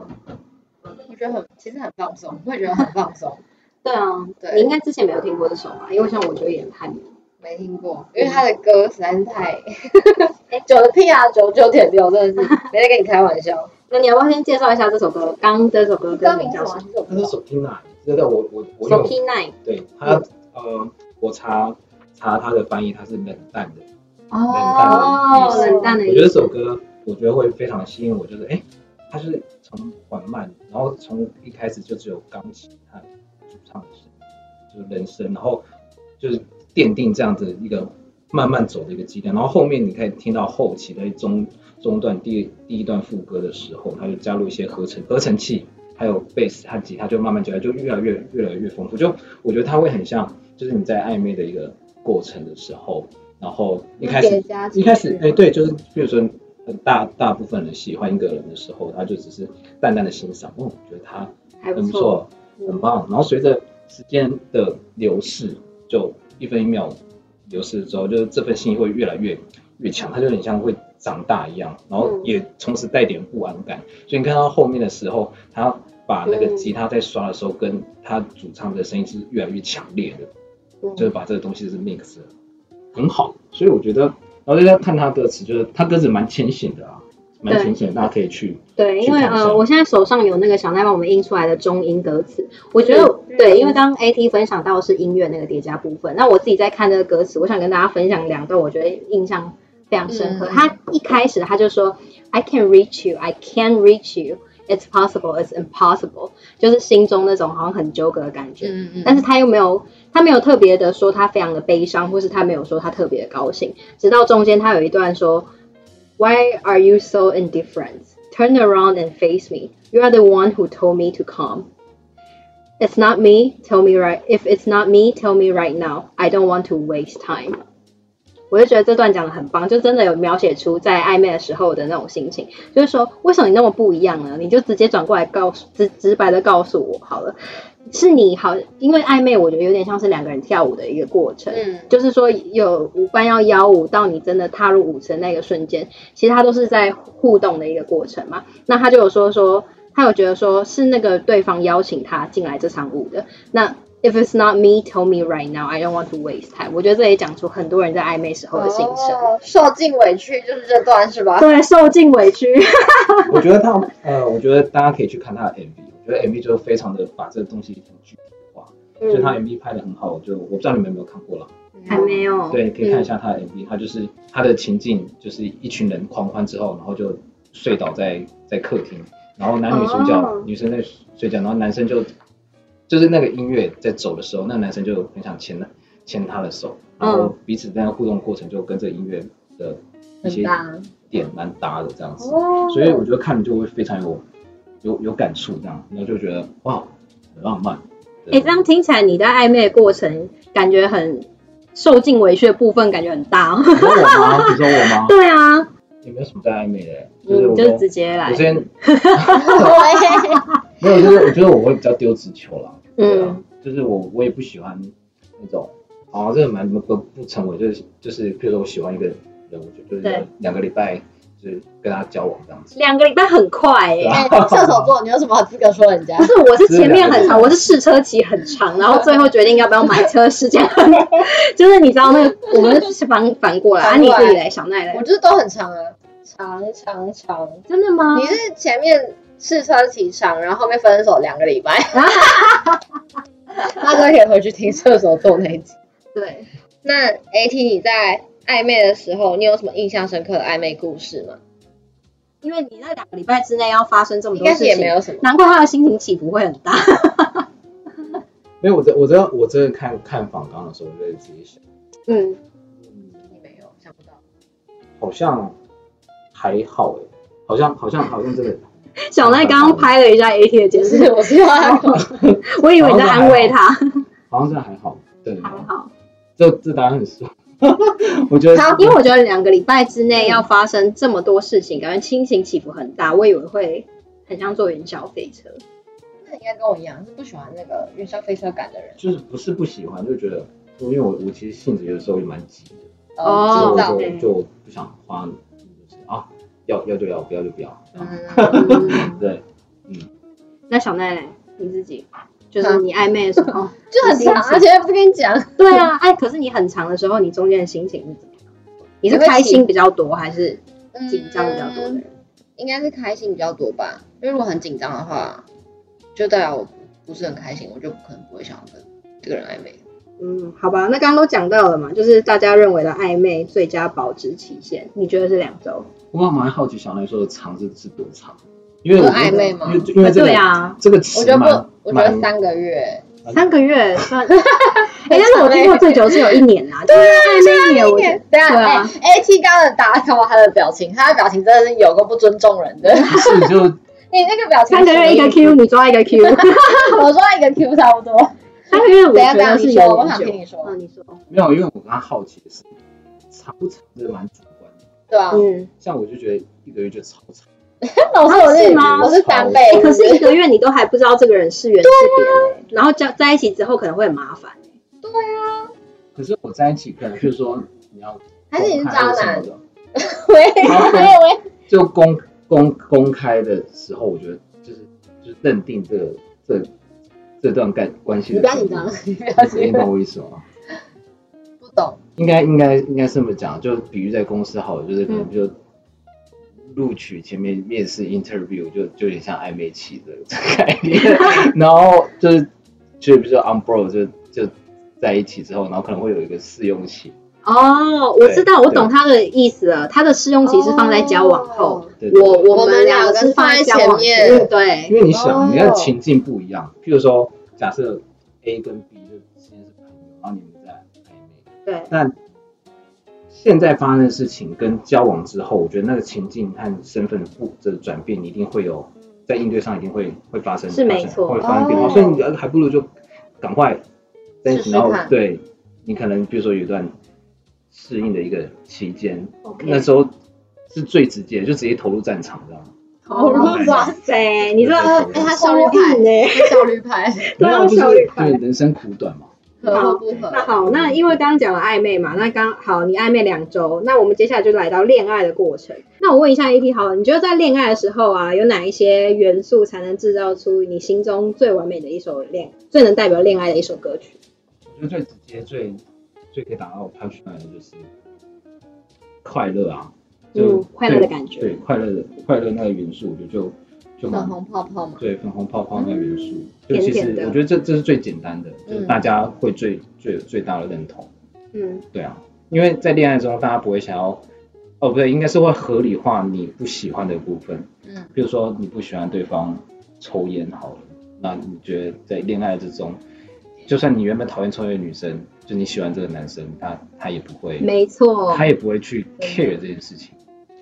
[SPEAKER 2] 我觉得很，其实很放松，我也觉得很放松，
[SPEAKER 1] 对啊，
[SPEAKER 2] 对
[SPEAKER 1] 你应该之前没有听过这首吧？因为像我觉得也很叛逆。
[SPEAKER 2] 没听过，因为他的歌实在是太，
[SPEAKER 1] 哎
[SPEAKER 2] 九的屁啊，九九点六真 的是没在跟你开玩笑。
[SPEAKER 1] 那你要不要先介绍一下这首歌？刚这首歌歌
[SPEAKER 2] 歌
[SPEAKER 1] 名
[SPEAKER 2] 名
[SPEAKER 1] 叫什
[SPEAKER 2] 叫什
[SPEAKER 1] 么
[SPEAKER 2] 么？这首
[SPEAKER 3] 那是
[SPEAKER 2] 歌
[SPEAKER 3] 手听啊，对对，我我我有
[SPEAKER 1] p Nine。
[SPEAKER 3] 对它呃，我查查它的翻译，它是冷淡的。
[SPEAKER 1] 哦，冷淡的
[SPEAKER 3] 我觉
[SPEAKER 1] 意
[SPEAKER 3] 得
[SPEAKER 1] 思。
[SPEAKER 3] 这首歌，我觉得会非常吸引我，就是哎、诶它就是从缓慢，然后从一开始就只有钢琴和主唱的声音，就是人声，然后就是奠定这样子一个慢慢走的一个基调，然后后面你可以听到后期的中中段第第一段副歌的时候，它就加入一些合成合成器，还有贝斯和吉他，就慢慢起来，就越来越越来越丰富。就我觉得它会很像，就是你在暧昧的一个过程的时候，然后一开始
[SPEAKER 2] 叠加
[SPEAKER 3] 一开始
[SPEAKER 2] 情，绪
[SPEAKER 3] 哎、对，就是比如说，呃大大部分人喜欢一个人的时候，他就只是淡淡的欣赏，哦，觉得他
[SPEAKER 1] 还不
[SPEAKER 3] 很不
[SPEAKER 1] 错。嗯
[SPEAKER 3] 错，很棒。然后随着时间的流逝，就一分一秒流逝之后，就是这份心意会越来越越强，它就有点像会长大一样，然后
[SPEAKER 1] 嗯
[SPEAKER 3] 也同时带点不安感。所以你看到后面的时候，他把那个
[SPEAKER 1] 嗯
[SPEAKER 3] 吉他在刷的时候，跟他主唱的声音是越来越强烈的。
[SPEAKER 1] 嗯
[SPEAKER 3] 就是把这个东西是 mix 的很好，所以我觉得，然后大家看他歌词，就是他歌词蛮浅显的啊，蛮
[SPEAKER 1] 对
[SPEAKER 3] 浅显的，大家可以去
[SPEAKER 1] 对，
[SPEAKER 3] 去
[SPEAKER 1] 因为
[SPEAKER 3] 看一下
[SPEAKER 1] 呃，我现在手上有那个小奈帮我们印出来的中英歌词，我觉得、
[SPEAKER 2] 嗯
[SPEAKER 1] 对，因为刚刚 AT 分享到的是音乐那个叠加部分，那我自己在看这个歌词，我想跟大家分享两段，我觉得印象非常深刻。
[SPEAKER 2] 嗯
[SPEAKER 1] 他一开始他就说，I can reach you, I can reach you, it's possible, it's impossible，就是心中那种好像很纠葛的感觉。
[SPEAKER 2] 嗯嗯
[SPEAKER 1] 但是他又没有，他没有特别的说他非常的悲伤，或是他没有说他特别的高兴。直到中间他有一段说，Why are you so indifferent? Turn around and face me. You are the one who told me to come. It's not me. Tell me right. If it's not me, tell me right now. I don't want to waste time. 我就觉得这段讲的很棒，就真的有描写出在暧昧的时候的那种心情，就是说，为什么你那么不一样呢？你就直接转过来告诉，直直白的告诉我好了，是你好，因为暧昧，我觉得有点像是两个人跳舞的一个过程，
[SPEAKER 2] 嗯
[SPEAKER 1] 就是说有舞伴要邀舞到你真的踏入舞池那个瞬间，其实他都是在互动的一个过程嘛。那他就有说说，他有觉得说是那个对方邀请他进来这场舞的。那 If it's not me, tell me right now. I don't want to waste time。我觉得这也讲出很多人在暧昧时候的心声。
[SPEAKER 2] 哦，受尽委屈就是这段是吧？
[SPEAKER 1] 对，受尽委屈。
[SPEAKER 3] 我觉得他 呃，我觉得大家可以去看他的 MV，我觉得 MV 就非常的把这个东西很具体化，
[SPEAKER 1] 嗯
[SPEAKER 3] 所以他 MV 拍的很好，我就我不知道你们有没有看过了，
[SPEAKER 1] 还没有。
[SPEAKER 3] 对，可以看一
[SPEAKER 1] 嗯
[SPEAKER 3] 下他的 MV，他就是他的情境就是一群人狂欢之后，然后就睡倒在在客厅，然后男女主角、
[SPEAKER 1] 哦
[SPEAKER 3] 女生在睡觉，然后男生就就是那个音乐在走的时候，那个男生就很想牵她牵她的手，
[SPEAKER 1] 嗯
[SPEAKER 3] 然后彼此在互动过程就跟这个音乐的
[SPEAKER 2] 嗯
[SPEAKER 3] 一
[SPEAKER 2] 很
[SPEAKER 3] 些
[SPEAKER 2] 大
[SPEAKER 3] 点蛮搭的这样子，
[SPEAKER 2] 哦
[SPEAKER 3] 所以我觉得看了就会非常有有有感触这样，然后就觉得哇很浪漫。
[SPEAKER 1] 哎、这样听起来你在暧昧的过程感觉很受尽委屈的部分感觉很大、哦。
[SPEAKER 3] 你说我吗？你说我吗？
[SPEAKER 1] 对啊，
[SPEAKER 3] 也没有什么在暧昧的，就是
[SPEAKER 1] 嗯，
[SPEAKER 3] 我
[SPEAKER 1] 就是直接来
[SPEAKER 3] 我之。前
[SPEAKER 2] 对，
[SPEAKER 3] 没有，就是我觉得我会比较丢直球啦。对啊
[SPEAKER 1] 嗯，
[SPEAKER 3] 就是我我也不喜欢那种，啊，这个蛮不不成为就是就是，譬如说我喜欢一个人，我就就是
[SPEAKER 1] 对
[SPEAKER 3] 两个礼拜就是跟他交往这样子。
[SPEAKER 1] 两个礼拜很快欸耶、
[SPEAKER 3] 对
[SPEAKER 2] 哎
[SPEAKER 3] 啊
[SPEAKER 2] 射手座，你有什么好资格说 人家
[SPEAKER 1] 不？是，我是前面很长，我是试车期很长，然后最后决定要不要买车，时间很， 就是你知道那个，我们是反反过来，啊，
[SPEAKER 2] 反
[SPEAKER 1] 你
[SPEAKER 2] 过来
[SPEAKER 1] 自己来，小奈来
[SPEAKER 2] 我，就是都很长啊，长长长。
[SPEAKER 1] 真的吗
[SPEAKER 2] 你？是前面试车期长，然后后面分手两个礼 拜，大家可以回去听射手座那一集。
[SPEAKER 1] 对，
[SPEAKER 2] 那 AT 你在暧昧的时候，你有什么印象深刻的暧昧故事吗？
[SPEAKER 1] 因为你那两个礼拜之内要发生这么
[SPEAKER 2] 应
[SPEAKER 1] 多
[SPEAKER 2] 该
[SPEAKER 1] 事
[SPEAKER 2] 是
[SPEAKER 1] 情，
[SPEAKER 2] 也没有什么。
[SPEAKER 1] 难怪他的心情起伏会很大。
[SPEAKER 3] 没有，我真我真的我真的看看访纲的时候，我就会自己想，
[SPEAKER 1] 嗯，
[SPEAKER 3] 嗯，
[SPEAKER 2] 你没有想不到，
[SPEAKER 3] 好像还好哎、好像好像好像真的，
[SPEAKER 1] 小奈刚刚拍了一下 AT 的解
[SPEAKER 2] 就
[SPEAKER 1] 释
[SPEAKER 2] 是，啊我是他口
[SPEAKER 1] 我以为你在安慰他，
[SPEAKER 3] 好像真的还好。对，
[SPEAKER 1] 还好，
[SPEAKER 3] 这这答案很爽， 我觉得
[SPEAKER 1] 他因为我觉得两个礼拜之内要发生这么多事情，感觉心情起伏很大，我以为会很像坐云霄飞 车。
[SPEAKER 2] 那你应该跟我一样，是不喜欢那个云霄飞车感的人。
[SPEAKER 3] 就是不是不喜欢，就觉得因为我我其实性子有的时候也蛮急的。
[SPEAKER 2] 呃
[SPEAKER 1] 哦
[SPEAKER 2] 知
[SPEAKER 3] 所
[SPEAKER 2] 道。
[SPEAKER 3] 以
[SPEAKER 1] 对
[SPEAKER 3] 我就就不想花，就是啊，要要就要，不要就不要。
[SPEAKER 2] 嗯，
[SPEAKER 1] 嗯
[SPEAKER 3] 对，
[SPEAKER 1] 那小奈奈，你自己就是
[SPEAKER 2] 嗯
[SPEAKER 1] 你暧昧的时 候，
[SPEAKER 2] 就很长，而且不跟你讲，
[SPEAKER 1] 对啊，哎，可是你很长的时候，你中间的心情是怎么样？你是
[SPEAKER 2] 你会
[SPEAKER 1] 开
[SPEAKER 2] 起
[SPEAKER 1] 心比较多，还是
[SPEAKER 2] 嗯
[SPEAKER 1] 紧张比较多的人？
[SPEAKER 2] 应该是开心比较多吧，因为如果很紧张的话，就代表我不是很开心，我就可能不会想要跟这个人暧昧。
[SPEAKER 1] 嗯，好吧，那刚刚都讲到了嘛，就是大家认为的暧昧最佳保值期限，你觉得是两周？
[SPEAKER 3] 我蛮好奇小奈说的长是是多长，因为我
[SPEAKER 2] 有暧昧吗
[SPEAKER 3] 因为因为这个、
[SPEAKER 1] 对啊，
[SPEAKER 3] 这个
[SPEAKER 2] 我
[SPEAKER 3] 词
[SPEAKER 2] 觉得
[SPEAKER 3] 蛮
[SPEAKER 2] 不，我觉得
[SPEAKER 3] 蛮
[SPEAKER 2] 三个月，
[SPEAKER 1] 三个 月算，哎、但是我听过最久是有一年啊，对暧昧一年，我觉得
[SPEAKER 2] 对啊，
[SPEAKER 1] 对啊
[SPEAKER 2] 哎，A T 刚刚的打卡，他的表情，他的表情真的是有个不尊重人的。
[SPEAKER 3] 不是就
[SPEAKER 2] 你那个表情
[SPEAKER 1] 三
[SPEAKER 2] 什么
[SPEAKER 1] 个月
[SPEAKER 2] 意思，
[SPEAKER 1] 一个 Q，你抓一个 Q，
[SPEAKER 2] 我说一个 Q 差不多。
[SPEAKER 1] 三个月我
[SPEAKER 2] 等一下
[SPEAKER 1] 觉
[SPEAKER 2] 等一下，
[SPEAKER 1] 得是
[SPEAKER 2] 你
[SPEAKER 1] 有
[SPEAKER 2] 说，我
[SPEAKER 1] 点
[SPEAKER 2] 想
[SPEAKER 1] 久
[SPEAKER 2] 听。你说。
[SPEAKER 1] 嗯，你说，
[SPEAKER 3] 没有，因为我刚刚好奇的是长不长，这个蛮主观的。
[SPEAKER 2] 对啊，
[SPEAKER 1] 嗯，哦
[SPEAKER 3] 像我就觉得一个月就超长，
[SPEAKER 2] 那我说我
[SPEAKER 1] 是
[SPEAKER 2] 是
[SPEAKER 1] 吗
[SPEAKER 2] 我是三倍
[SPEAKER 1] 哎、，可
[SPEAKER 2] 我
[SPEAKER 1] 是一个月你都还不知道这个人是缘是
[SPEAKER 3] 啊
[SPEAKER 1] 别、欸，然后交在一起之后可能会很麻烦。
[SPEAKER 3] 可是我在一起可能就是说你要
[SPEAKER 2] 还是你是
[SPEAKER 3] 公
[SPEAKER 2] 渣
[SPEAKER 3] 开什么
[SPEAKER 2] 男？
[SPEAKER 3] 的，
[SPEAKER 2] 喂
[SPEAKER 3] 好
[SPEAKER 2] 喂喂，
[SPEAKER 3] 就公公公开的时候，我觉得就是就是认定这个这这段感关系
[SPEAKER 2] 你
[SPEAKER 3] 的
[SPEAKER 2] 不要
[SPEAKER 3] 程
[SPEAKER 2] 紧
[SPEAKER 3] 度。
[SPEAKER 2] 张，你不要
[SPEAKER 3] 你
[SPEAKER 2] 紧张，
[SPEAKER 3] 懂我意思吗？
[SPEAKER 2] 不懂。
[SPEAKER 3] 应该应该应该是这么讲，就是比喻在公司好了，就是可能就录取前面面试 interview 就就有点像暧昧期的概 念，然后就是就比如说 on board 就就在一起之后，然后可能会有一个试用期，
[SPEAKER 1] 哦，我知道，
[SPEAKER 3] 对
[SPEAKER 1] 我懂他的意思了。他的试用期是放在交往后，
[SPEAKER 2] 哦
[SPEAKER 3] 对对
[SPEAKER 1] 我
[SPEAKER 3] 对
[SPEAKER 1] 我
[SPEAKER 2] 我们
[SPEAKER 1] 们
[SPEAKER 2] 两
[SPEAKER 1] 个
[SPEAKER 2] 个
[SPEAKER 1] 是
[SPEAKER 2] 是放
[SPEAKER 1] 在
[SPEAKER 2] 在
[SPEAKER 1] 交
[SPEAKER 2] 前
[SPEAKER 1] 往
[SPEAKER 2] 面
[SPEAKER 1] 前对，
[SPEAKER 3] 因为你想、
[SPEAKER 2] 哦
[SPEAKER 3] 你的情境不一样，譬如说假设 A 跟 B 就之间是朋友，然后你们在暧昧，
[SPEAKER 1] 对，
[SPEAKER 3] 但现在发生的事情跟交往之后，我觉得那个情境和身份的不的转变，你一定会有在应对上一定会会发生，
[SPEAKER 1] 是没错
[SPEAKER 3] 发生会发生变化，
[SPEAKER 2] 哦
[SPEAKER 3] 所以你还不如就赶快在一起，
[SPEAKER 2] 试试
[SPEAKER 3] 然后
[SPEAKER 2] 看
[SPEAKER 3] 对你可能比如说有一段适应的一个期间
[SPEAKER 1] OK
[SPEAKER 3] 那时候是最直接，就直接投入战场，这样。
[SPEAKER 2] 投入
[SPEAKER 1] 哦哇
[SPEAKER 2] 战
[SPEAKER 1] 塞，你这
[SPEAKER 3] 对
[SPEAKER 2] 哎，他效率派，
[SPEAKER 1] 呢？
[SPEAKER 2] 他效 率派，
[SPEAKER 1] 对啊
[SPEAKER 3] 那不是
[SPEAKER 1] 效率快
[SPEAKER 3] 对人生苦短嘛？
[SPEAKER 2] 合或不合？
[SPEAKER 1] 那好，那因为刚刚讲了暧昧嘛，那刚好你暧昧两周，那我们接下来就来到恋爱的过程。那我问一下 AT 好了，你觉得在恋爱的时候啊，有哪一些元素才能制造出你心中最完美的一首恋，最能代表恋爱的一首歌曲？
[SPEAKER 3] 我觉得最直接、最最可以达到 punch line 的就是快乐啊，就、
[SPEAKER 1] 嗯快乐的感觉
[SPEAKER 3] 对快乐的快乐那个元素，我觉得就就
[SPEAKER 2] 粉
[SPEAKER 3] 蛮
[SPEAKER 2] 红泡泡嘛，
[SPEAKER 3] 对粉红泡泡那个元素，
[SPEAKER 1] 嗯
[SPEAKER 3] 就其实
[SPEAKER 1] 甜甜的
[SPEAKER 3] 我觉得这这是最简单的，就是
[SPEAKER 2] 嗯
[SPEAKER 3] 大家会最最最大的认同，
[SPEAKER 1] 嗯，
[SPEAKER 3] 对啊，因为在恋爱中大家不会想要。哦，不对，应该是会合理化你不喜欢的部分，
[SPEAKER 2] 嗯
[SPEAKER 3] 比如说你不喜欢对方抽烟好了，那你觉得在恋爱之中，就算你原本讨厌抽烟的女生，就你喜欢这个男生，他他也不会，
[SPEAKER 1] 没错，
[SPEAKER 3] 他也不会去 care 这件事情。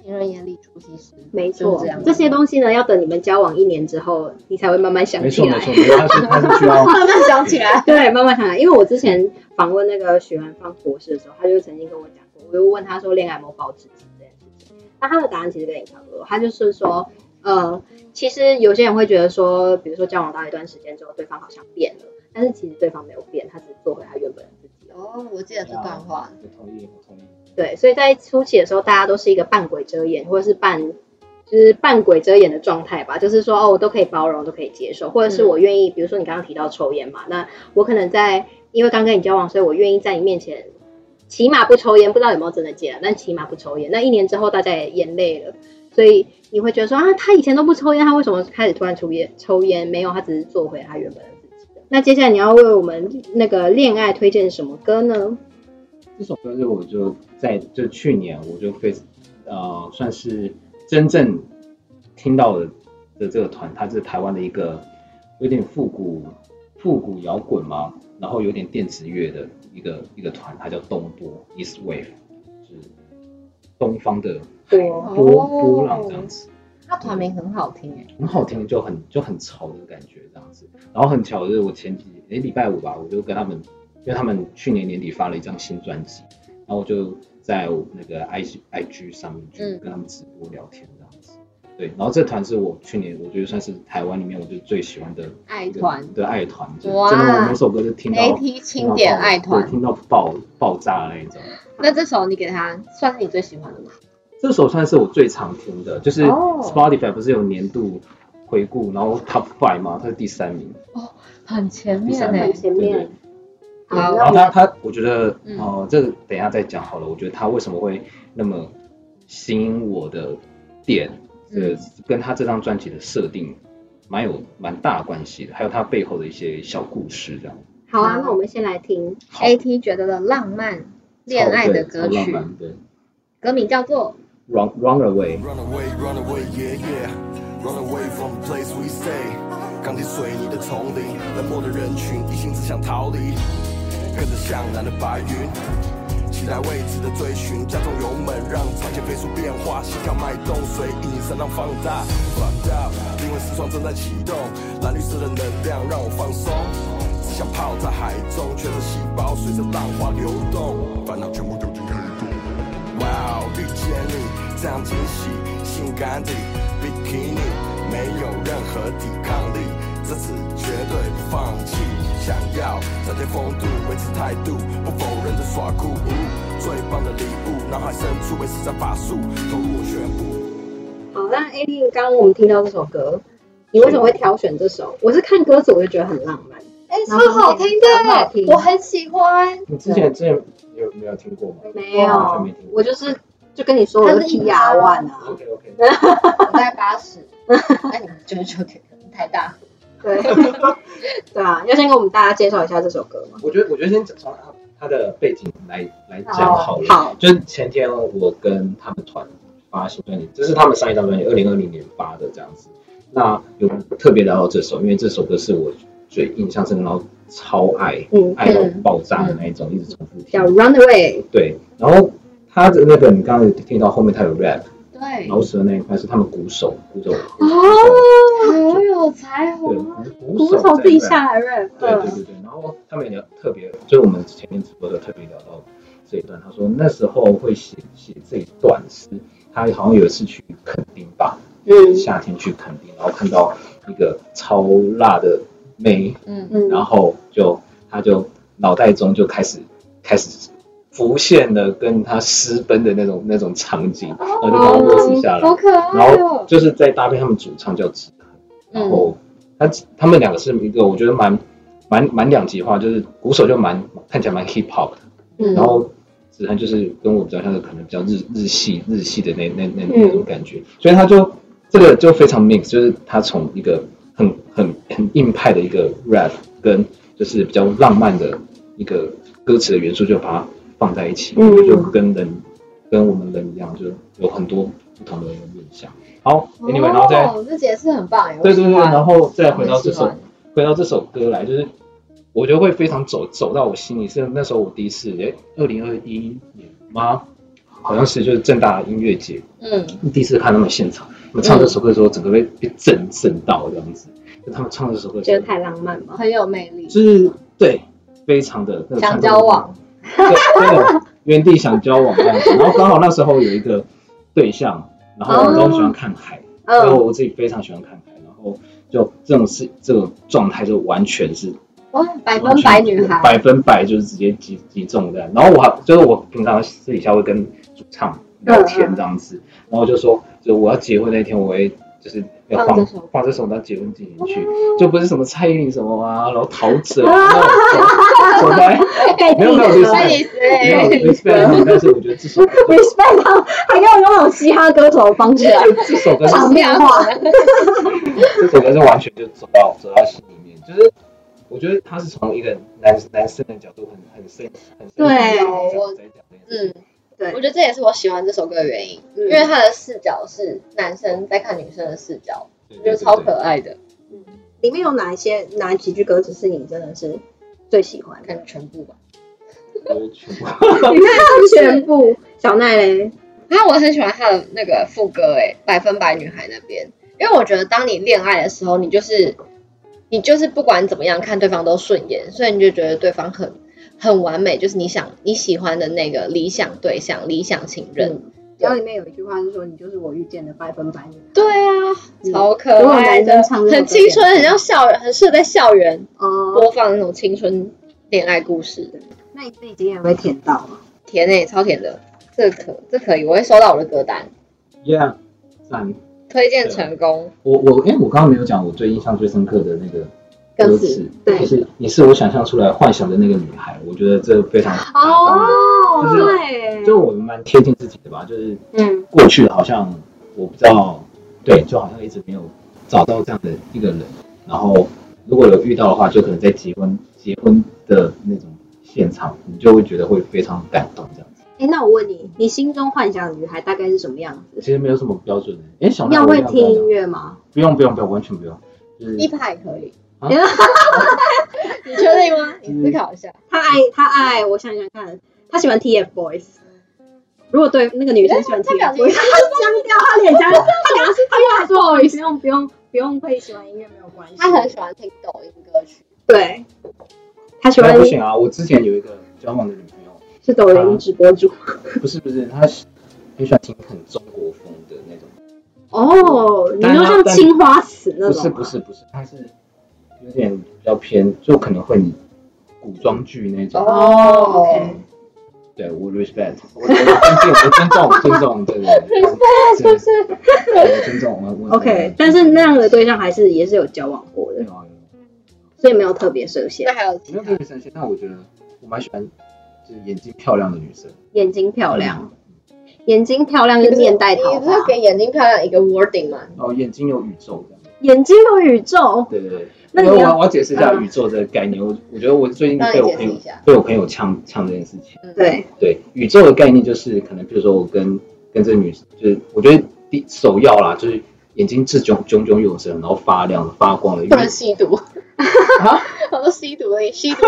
[SPEAKER 2] 情人眼里出西施，
[SPEAKER 1] 没
[SPEAKER 2] 就是
[SPEAKER 1] 错
[SPEAKER 2] 这样。
[SPEAKER 1] 这 些东西呢，要等你们交往一年之后，你才会慢慢想
[SPEAKER 3] 没
[SPEAKER 1] 起
[SPEAKER 3] 错
[SPEAKER 1] 来。
[SPEAKER 3] 没错，没错，他是他是需要
[SPEAKER 2] 慢慢想起来，
[SPEAKER 1] 对，慢慢想来。因为我之前访问那个许兰芳博士的时候，他就曾经跟我讲过，我就问他说恋爱有没有保质期这件事情。那他的答案其实跟你差不多，他就是说，呃，其实有些人会觉得说，比如说交往到一段时间之后，对方好像变了，但是其实对方没有变，他只是做回他原本的自己了。
[SPEAKER 2] 哦，我记 得这段话，
[SPEAKER 3] 我同意，我同意。
[SPEAKER 1] 对，所以在初期的时候，大家都是一个半鬼遮眼，或者是半。就是半鬼遮眼的状态吧，就是说哦，我都可以包容，都可以接受，或者是
[SPEAKER 2] 嗯
[SPEAKER 1] 我愿意，比如说你刚刚提到抽烟嘛，那我可能在因为刚跟你交往，所以我愿意在你面前起码不抽烟，不知道有没有真的戒啊了，但起码不抽烟。那一年之后，大家也眼累了，所以你会觉得说啊，他以前都不抽烟，他为什么开始突然抽烟？抽烟没有，他只是做回他原本的自己。那接下来你要为我们那个恋爱推荐什么歌呢？
[SPEAKER 3] 这首歌是我就在就去年我就非呃算是真正听到的的这个团，它是台湾的一个有点复古复古摇滚嘛，然后有点电子乐的一个一个团，它叫东波 East Wave，就是东方的
[SPEAKER 1] 我
[SPEAKER 2] 哦
[SPEAKER 3] 波波浪这样子。
[SPEAKER 2] 他团名很好听哎，
[SPEAKER 3] 很好听，就很就很吵的感觉这样子。然后很巧的是，我前几诶礼拜五吧，我就跟他们，因为他们去年年底发了一张新专辑，然后我就在我那个 IG IG 上面就
[SPEAKER 2] 嗯
[SPEAKER 3] 跟他们直播聊天这样子。对，然后这团是我去年我觉得算是台湾里面我就最喜欢的
[SPEAKER 2] 爱
[SPEAKER 3] 一个
[SPEAKER 2] 团
[SPEAKER 3] 对爱团，就
[SPEAKER 2] 哇
[SPEAKER 3] 真的我那首歌就听到
[SPEAKER 2] ，A T
[SPEAKER 3] 听
[SPEAKER 2] 经
[SPEAKER 3] 到
[SPEAKER 2] 典
[SPEAKER 3] 爆
[SPEAKER 2] 爱
[SPEAKER 3] 对
[SPEAKER 2] 团。
[SPEAKER 3] 听到爆爆炸的那一种。
[SPEAKER 2] 那这首你给他算是你最喜欢的吗？
[SPEAKER 3] 这首算是我最常听的，就是
[SPEAKER 2] 哦
[SPEAKER 3] Spotify 不是有年度回顾，然后 Top Five 吗？它是第三名，
[SPEAKER 2] 很前
[SPEAKER 3] 第
[SPEAKER 2] 面
[SPEAKER 3] 三
[SPEAKER 2] 呢、
[SPEAKER 3] 名，
[SPEAKER 1] 很前面
[SPEAKER 3] 对对对
[SPEAKER 1] 好
[SPEAKER 2] 好
[SPEAKER 3] 然后他他，我觉得
[SPEAKER 2] 嗯
[SPEAKER 3] 哦、呃这个等一下再讲好了。我觉得他为什么会那么吸引我的点，呃、
[SPEAKER 2] 嗯
[SPEAKER 3] 跟他这张专辑的设定蛮有蛮大的关系的，还有他背后的一些小故事这样。
[SPEAKER 1] 好啊，那我们先来听。
[SPEAKER 3] 好
[SPEAKER 2] A T 觉得的浪漫恋爱的歌
[SPEAKER 3] 超浪
[SPEAKER 2] 曲，
[SPEAKER 3] 漫哦对
[SPEAKER 2] 歌名叫做
[SPEAKER 3] ，Run Run Away。
[SPEAKER 5] Run away, run away, yeah, yeah. Run away from the place we stay. 钢筋水泥的丛林，冷漠的人群，一心只想逃离。跟着向南的白云，期待未知的追寻，加重油门，让长线飞速变化，心跳脉动随意声浪放大。Fucked up，灵魂时装正在启动，蓝绿色的能量让我放松。只想泡在海中，全身细胞随着浪花流动，烦恼全部丢进黑洞。哇哦，遇见你，这样惊喜，性感的比基尼，没有任何抵抗力，这次绝对不放弃。想要展现风度，维持态度，不否认的耍酷。最棒的礼物，脑海深处为时尚法术，投入我全部。
[SPEAKER 1] 好，那 A D，刚刚我们听到这首歌，你为什么会挑选这首？我是看歌词我就觉得很浪漫，
[SPEAKER 2] 哎、
[SPEAKER 1] 超好听的我
[SPEAKER 2] 很喜欢。
[SPEAKER 3] 你之前之前有没有听过吗
[SPEAKER 1] 没
[SPEAKER 3] 完全没
[SPEAKER 1] 有
[SPEAKER 3] 听，过
[SPEAKER 1] 我就是就跟你说我
[SPEAKER 2] 它
[SPEAKER 1] 是
[SPEAKER 2] 是一
[SPEAKER 1] T
[SPEAKER 2] 趴
[SPEAKER 1] R One 啊，
[SPEAKER 3] ？OK OK，
[SPEAKER 2] 我大概八十， 那你九九可能太大。
[SPEAKER 1] 对，对啊，要先给我们大家介绍一下这首歌吗？
[SPEAKER 3] 我觉得我觉得先讲从他他的背景来来讲
[SPEAKER 2] 哦好
[SPEAKER 3] 好了。
[SPEAKER 1] 好，
[SPEAKER 3] 就是前天我跟他们团发新专辑，这是他们上一张专辑，二零二零年发的这样子。那有特别聊到这首，因为这首歌是我最印象深刻，然后超爱，
[SPEAKER 1] 嗯，
[SPEAKER 3] 爱到爆炸的那一种，一直重复听
[SPEAKER 1] 叫。Runaway，
[SPEAKER 3] 对，然后他的那个你刚刚有听到后面他有 rap，
[SPEAKER 2] 对
[SPEAKER 3] 然，后蛇那一块是他们鼓手，鼓手，
[SPEAKER 1] 哦
[SPEAKER 2] 好有才
[SPEAKER 3] 对，
[SPEAKER 2] 华。
[SPEAKER 3] 鼓鼓手在 rap
[SPEAKER 1] 来 rap，
[SPEAKER 3] 对对对对，然后他们也聊特别，就是我们前面直播的特别聊到这一段，他说那时候会写写这一段是，他好像有一次去垦丁吧，
[SPEAKER 1] 嗯
[SPEAKER 3] 夏天去垦丁，然后看到一个超辣的妹，
[SPEAKER 2] 嗯，
[SPEAKER 1] 嗯，
[SPEAKER 3] 然后就他就脑袋中就开始开始浮现了跟他私奔的那种那种场景，然后就把他落实下来，
[SPEAKER 2] 好可
[SPEAKER 3] 然
[SPEAKER 2] 爱
[SPEAKER 3] 后
[SPEAKER 2] 哦。
[SPEAKER 3] 就是再搭配他们主唱叫子涵，
[SPEAKER 2] 嗯
[SPEAKER 3] 然后他他们两个是一个我觉得蛮蛮蛮两极化，就是鼓手就蛮看起来蛮 hip hop 的，
[SPEAKER 1] 嗯
[SPEAKER 3] 然后子涵就是跟我比较像是可能比较日日系日系的那那那
[SPEAKER 2] 嗯
[SPEAKER 3] 那种感觉，所以他就这个就非常 mix，就是他从一个很很很硬派的一个 rap 跟就是比较浪漫的一个歌词的元素就把它放在一起，
[SPEAKER 1] 嗯
[SPEAKER 3] 就跟人跟我们人一样，就有很多不同的面向。好，anyway，然后再
[SPEAKER 2] 哦，这解释很棒哎。
[SPEAKER 3] 对对对，
[SPEAKER 2] 哦我喜欢
[SPEAKER 3] 然后再回到这首，回到这首歌来，就是我觉得会非常走走到我心里，是那时候我第一次，哎，二零二一年吗？好像是就是正大音乐节，
[SPEAKER 2] 嗯，
[SPEAKER 3] 第一次看他们现场，他们唱这首歌的时候，整个被被震震到这样子。就他们唱这首歌的时
[SPEAKER 1] 觉
[SPEAKER 3] 候，
[SPEAKER 1] 得太浪漫吗？
[SPEAKER 2] 很有魅力。
[SPEAKER 3] 就是对，非常的那个
[SPEAKER 2] 想
[SPEAKER 3] 唱歌
[SPEAKER 2] 交往
[SPEAKER 3] 的那种，对，真的原地想交往这样子。然后刚好那时候有一个对象，然后我都喜欢看海，
[SPEAKER 2] 哦
[SPEAKER 3] 然后
[SPEAKER 1] 嗯，
[SPEAKER 3] 我自己非常喜欢看海，然后就这种事这种状态就完全是
[SPEAKER 2] 哇，哦百分百女孩，
[SPEAKER 3] 百分百就是直接击击中这样。然后我还就是我平常私底下会跟主唱聊天这样子，然后就说就我要结婚那天我会就是要
[SPEAKER 2] 放
[SPEAKER 3] 放
[SPEAKER 2] 这首
[SPEAKER 3] 放这首到结婚进行曲，就不是什么蔡依林什么啊，然后陶喆啊，那种什么的没有没有就是
[SPEAKER 2] 爱丽丝，
[SPEAKER 3] 没有 respect，但是我觉得这首歌
[SPEAKER 1] respect 他，还给我用那种嘻哈歌手的方式来
[SPEAKER 3] 这首歌是
[SPEAKER 1] 场面化，
[SPEAKER 3] 这首歌是完全就走到走到心里面，就是我觉得他是从一个男男生的角度很很深很深
[SPEAKER 1] 对
[SPEAKER 3] 我
[SPEAKER 2] 嗯，
[SPEAKER 1] 对
[SPEAKER 2] 我觉得这也是我喜欢这首歌的原因，
[SPEAKER 1] 嗯
[SPEAKER 2] 因为它的视角是男生在看女生的视角，我觉得超可爱的，
[SPEAKER 1] 里面有哪一些哪几句歌词是你真的是最喜欢 的？
[SPEAKER 2] 看全部吧。
[SPEAKER 1] 你 看全部，小奈嘞，
[SPEAKER 2] 然后啊我很喜欢他的那个副歌，哎，百分百女孩那边，因为我觉得当你恋爱的时候，你就是你就是不管怎么样看对方都顺眼，所以你就觉得对方很很完美，就是你想你喜欢的那个理想对象、理想情人。
[SPEAKER 1] 然后里面有一句话是说你就是我遇见的百分百女孩
[SPEAKER 2] 对啊，
[SPEAKER 1] 嗯
[SPEAKER 2] 超可
[SPEAKER 1] 如果
[SPEAKER 2] 爱
[SPEAKER 1] 男
[SPEAKER 2] 的，
[SPEAKER 1] 生唱这首歌
[SPEAKER 2] 很青春，很像校园，很适合在校园
[SPEAKER 1] 哦。
[SPEAKER 2] 播放那种青春恋爱故事。
[SPEAKER 1] 那你自己今天有被舔到吗？
[SPEAKER 2] 甜诶、超甜的，这可这可以，我会收到我的歌单，
[SPEAKER 3] ，Yeah，赞。
[SPEAKER 2] 推荐成功。
[SPEAKER 3] 我我哎、我刚刚没有讲我最印象最深刻的那个
[SPEAKER 1] 歌
[SPEAKER 3] 歌
[SPEAKER 1] 词
[SPEAKER 3] 词，
[SPEAKER 1] 对
[SPEAKER 3] 就是你是我想象出来幻想的那个女孩，我觉得这非常
[SPEAKER 1] 哦
[SPEAKER 3] 就是
[SPEAKER 1] 对
[SPEAKER 3] 就我们蛮贴近自己的吧，就是
[SPEAKER 1] 嗯，
[SPEAKER 3] 过去好像我不知道，对，就好像一直没有找到这样的一个人。然后如果有遇到的话，就可能在结婚结婚的那种现场，你就会觉得会非常感动这样子。
[SPEAKER 1] 哎，那我问你，你心中幻想的女孩大概是什么样子？
[SPEAKER 3] 其实没有什么标准的，哎，小娜
[SPEAKER 1] 要
[SPEAKER 3] 我
[SPEAKER 1] 会
[SPEAKER 3] 这样
[SPEAKER 1] 听
[SPEAKER 3] 讲
[SPEAKER 1] 音乐吗？
[SPEAKER 3] 不用不用不用，完全不用。就是
[SPEAKER 2] 一派可以，
[SPEAKER 3] 啊 嗯
[SPEAKER 2] 你确定吗？你思考一下。
[SPEAKER 1] 他爱他爱，我想想看，他喜欢 TFBOYS。如果对那个女生喜欢
[SPEAKER 2] 他表
[SPEAKER 1] TFBOYS，
[SPEAKER 2] 情
[SPEAKER 1] 他僵掉，他脸僵，他等下他又来说哦，不用不用不用会喜欢音乐没有关系。
[SPEAKER 2] 他很喜欢听抖音歌曲，
[SPEAKER 1] 对，他喜
[SPEAKER 3] 那
[SPEAKER 1] 欢
[SPEAKER 3] 不行啊！我之前有一个交往的女朋友，
[SPEAKER 1] 是抖音直播主
[SPEAKER 3] 不是不是，她喜很喜欢听很中国风的那种。
[SPEAKER 1] 哦，你说像青花瓷那
[SPEAKER 3] 不
[SPEAKER 1] 种啊
[SPEAKER 3] 是
[SPEAKER 1] 吗？
[SPEAKER 3] 不是不是，她是有点比较偏，就可能会古装剧那种。
[SPEAKER 1] 哦，OK，
[SPEAKER 3] 对我 respect，我我尊敬，我尊重，我尊重，对对 对
[SPEAKER 2] respect 是不
[SPEAKER 3] 对，
[SPEAKER 2] 是？
[SPEAKER 3] 对我尊重，我我
[SPEAKER 1] OK，但是那样的对象还是也是有交往过
[SPEAKER 3] 没
[SPEAKER 1] 的，
[SPEAKER 3] 有啊
[SPEAKER 1] 所以没有特别设
[SPEAKER 2] 那
[SPEAKER 1] 限。
[SPEAKER 2] 还有
[SPEAKER 3] 没
[SPEAKER 2] 其
[SPEAKER 3] 有
[SPEAKER 2] 他
[SPEAKER 3] 特别生气，但我觉得我蛮喜欢就是眼睛漂亮的女生，嗯
[SPEAKER 1] 眼睛漂亮，眼睛漂亮就面带桃
[SPEAKER 2] 你不是
[SPEAKER 1] 花，
[SPEAKER 2] 给眼睛漂亮一个 wording 吗？
[SPEAKER 3] 然后眼睛有宇宙这样。
[SPEAKER 1] 眼睛有宇宙。
[SPEAKER 3] 对对对，
[SPEAKER 1] 那你
[SPEAKER 3] 我
[SPEAKER 1] 要
[SPEAKER 3] 我要解释一下
[SPEAKER 1] 嗯
[SPEAKER 3] 宇宙这个概念，我我觉得我最近
[SPEAKER 2] 让
[SPEAKER 3] 被
[SPEAKER 2] 你
[SPEAKER 3] 我
[SPEAKER 2] 解
[SPEAKER 3] 朋
[SPEAKER 2] 释
[SPEAKER 3] 友
[SPEAKER 2] 一下。
[SPEAKER 3] 被我朋友呛呛这件事情。
[SPEAKER 2] 嗯，
[SPEAKER 1] 对，
[SPEAKER 3] 对，宇宙的概念就是可能，比如说我跟跟这个女，就是我觉得第首要啦，就是眼睛是炯炯炯有神，然后发亮发光的，因
[SPEAKER 2] 不
[SPEAKER 3] 为
[SPEAKER 2] 能吸毒。
[SPEAKER 3] 啊，
[SPEAKER 2] 我说吸毒的，吸毒。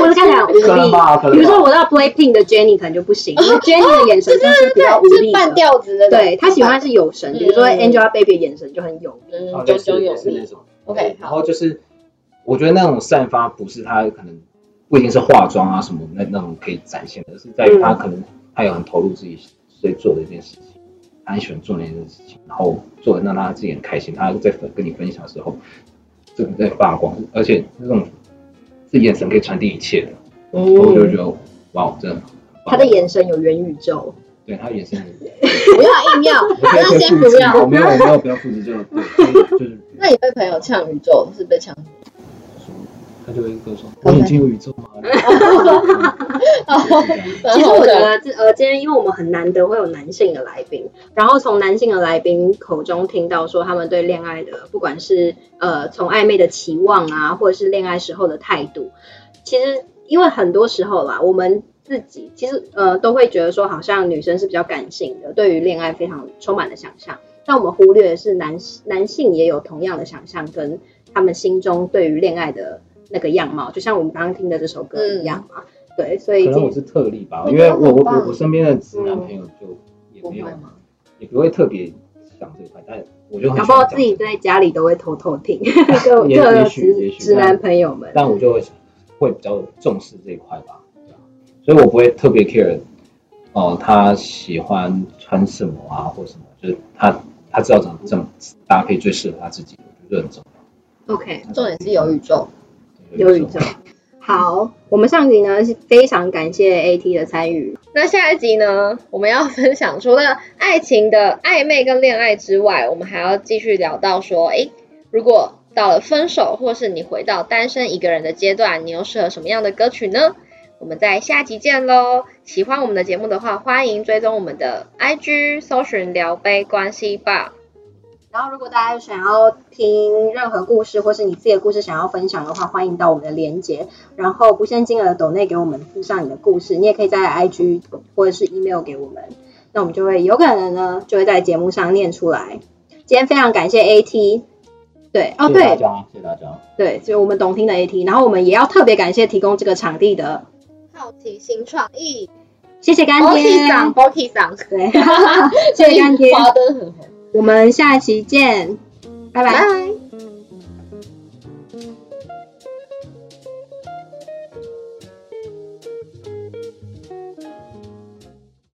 [SPEAKER 1] 我是看 起来很无
[SPEAKER 3] 可能
[SPEAKER 1] 力。
[SPEAKER 3] 吧，可
[SPEAKER 1] 比如
[SPEAKER 3] 能
[SPEAKER 1] 说
[SPEAKER 3] 吧。
[SPEAKER 1] 我到 Blackpink 的 Jennie 可能就不行，因为 Jennie 的眼神就是比较无
[SPEAKER 2] 是
[SPEAKER 1] 力
[SPEAKER 2] 半
[SPEAKER 1] 的。
[SPEAKER 2] 吊子的那种。
[SPEAKER 1] 对他喜欢是有神，比如说 Angelababy 的眼神就很有力。
[SPEAKER 2] 嗯
[SPEAKER 3] 啊，
[SPEAKER 2] 炯
[SPEAKER 3] 类似
[SPEAKER 2] 炯有
[SPEAKER 3] 类似那
[SPEAKER 2] 力。
[SPEAKER 3] 种。
[SPEAKER 2] OK，
[SPEAKER 3] 然后就是我觉得那种散发不是她可能不一定是化妆啊什么那那种可以展现的，而是在
[SPEAKER 2] 嗯
[SPEAKER 3] 于她可能她有很投入自己所做的一件事情，她很喜欢做那件事情，然后做的让她自己很开心，她在分跟你分享的时候，这个在发光，而且那种这眼神可以传递一切的，
[SPEAKER 2] 嗯
[SPEAKER 3] 我就觉得哇，真的很棒
[SPEAKER 1] 他的眼神有元宇宙，
[SPEAKER 3] 对她的眼神很。
[SPEAKER 2] 不要硬 要，
[SPEAKER 3] 我可以
[SPEAKER 2] 那先
[SPEAKER 3] 复制
[SPEAKER 2] 不要
[SPEAKER 3] 我没有，我没有，不要复制，就对，就是 就是
[SPEAKER 2] 那你被朋友呛宇宙是被呛？
[SPEAKER 3] 他就会跟我说：“我眼睛有宇宙吗？”
[SPEAKER 2] 哦
[SPEAKER 3] 就是这样
[SPEAKER 1] 其实我觉得这呃，今天因为我们很难得会有男性的来宾，然后从男性的来宾口中听到说他们对恋爱的，不管是呃从暧昧的期望啊，或者是恋爱时候的态度，其实因为很多时候啦，我们自己其实呃都会觉得说，好像女生是比较感性的，对于恋爱非常充满了想象，但我们忽略的是男男性也有同样的想象跟他们心中对于恋爱的那个样貌，就像我们刚刚听的这首歌一样嘛。对，所以
[SPEAKER 3] 可能我
[SPEAKER 1] 这
[SPEAKER 3] 是特例吧，
[SPEAKER 2] 我
[SPEAKER 3] 因
[SPEAKER 2] 觉
[SPEAKER 3] 为
[SPEAKER 2] 得
[SPEAKER 3] 我我
[SPEAKER 2] 很棒
[SPEAKER 3] 我我身边的直男朋友就也
[SPEAKER 2] 不
[SPEAKER 3] 没
[SPEAKER 2] 会
[SPEAKER 3] 有，
[SPEAKER 2] 吗？
[SPEAKER 3] 也不会特别想这一块，但我就很
[SPEAKER 1] 搞
[SPEAKER 3] 喜
[SPEAKER 1] 不好
[SPEAKER 3] 欢
[SPEAKER 1] 自己
[SPEAKER 3] 讲，
[SPEAKER 1] 在家里都会偷偷 听，各
[SPEAKER 3] 也
[SPEAKER 1] 各
[SPEAKER 3] 也许
[SPEAKER 1] 直
[SPEAKER 3] 也许
[SPEAKER 1] 直男朋友们。
[SPEAKER 3] 但我就会会比较重视这一块吧，对啊所以我不会特别 care 哦、他喜欢穿什么啊或什么，就是他他知道怎么怎么搭配最适合他自己，我觉得很重
[SPEAKER 1] OK，
[SPEAKER 3] 要。
[SPEAKER 2] 重点是有宇宙，
[SPEAKER 3] 有
[SPEAKER 1] 忧郁症。好，我们上集呢是非常感谢 AT 的参与，
[SPEAKER 2] 那下一集呢，我们要分享除了爱情的暧昧跟恋爱之外，我们还要继续聊到说，诶，如果到了分手，或是你回到单身一个人的阶段，你又适合什么样的歌曲呢？我们在下集见喽！喜欢我们的节目的话，欢迎追踪我们的 IG，搜寻聊杯关系吧。
[SPEAKER 1] 然后，如果大家想要听任何故事，或是你自己的故事想要分享的话，欢迎到我们的连接，然后不限金额的抖内给我们附上你的故事，你也可以在 IG 或者是 email 给我们，那我们就会有可能呢就会在节目上念出来。今天非常感谢 AT，对，哦
[SPEAKER 3] 谢谢大
[SPEAKER 1] 对
[SPEAKER 3] 家，谢谢大家。
[SPEAKER 1] 对，就是我们懂听的 AT，然后我们也要特别感谢提供这个场地的，
[SPEAKER 2] 好奇新创意，
[SPEAKER 1] 谢谢干
[SPEAKER 2] b o k
[SPEAKER 1] 爹，
[SPEAKER 2] 桑 b o k 桑，
[SPEAKER 1] 啊对， 谢谢干爹，
[SPEAKER 2] 花灯很红，
[SPEAKER 1] 我们下期见，拜拜
[SPEAKER 2] 拜。拜。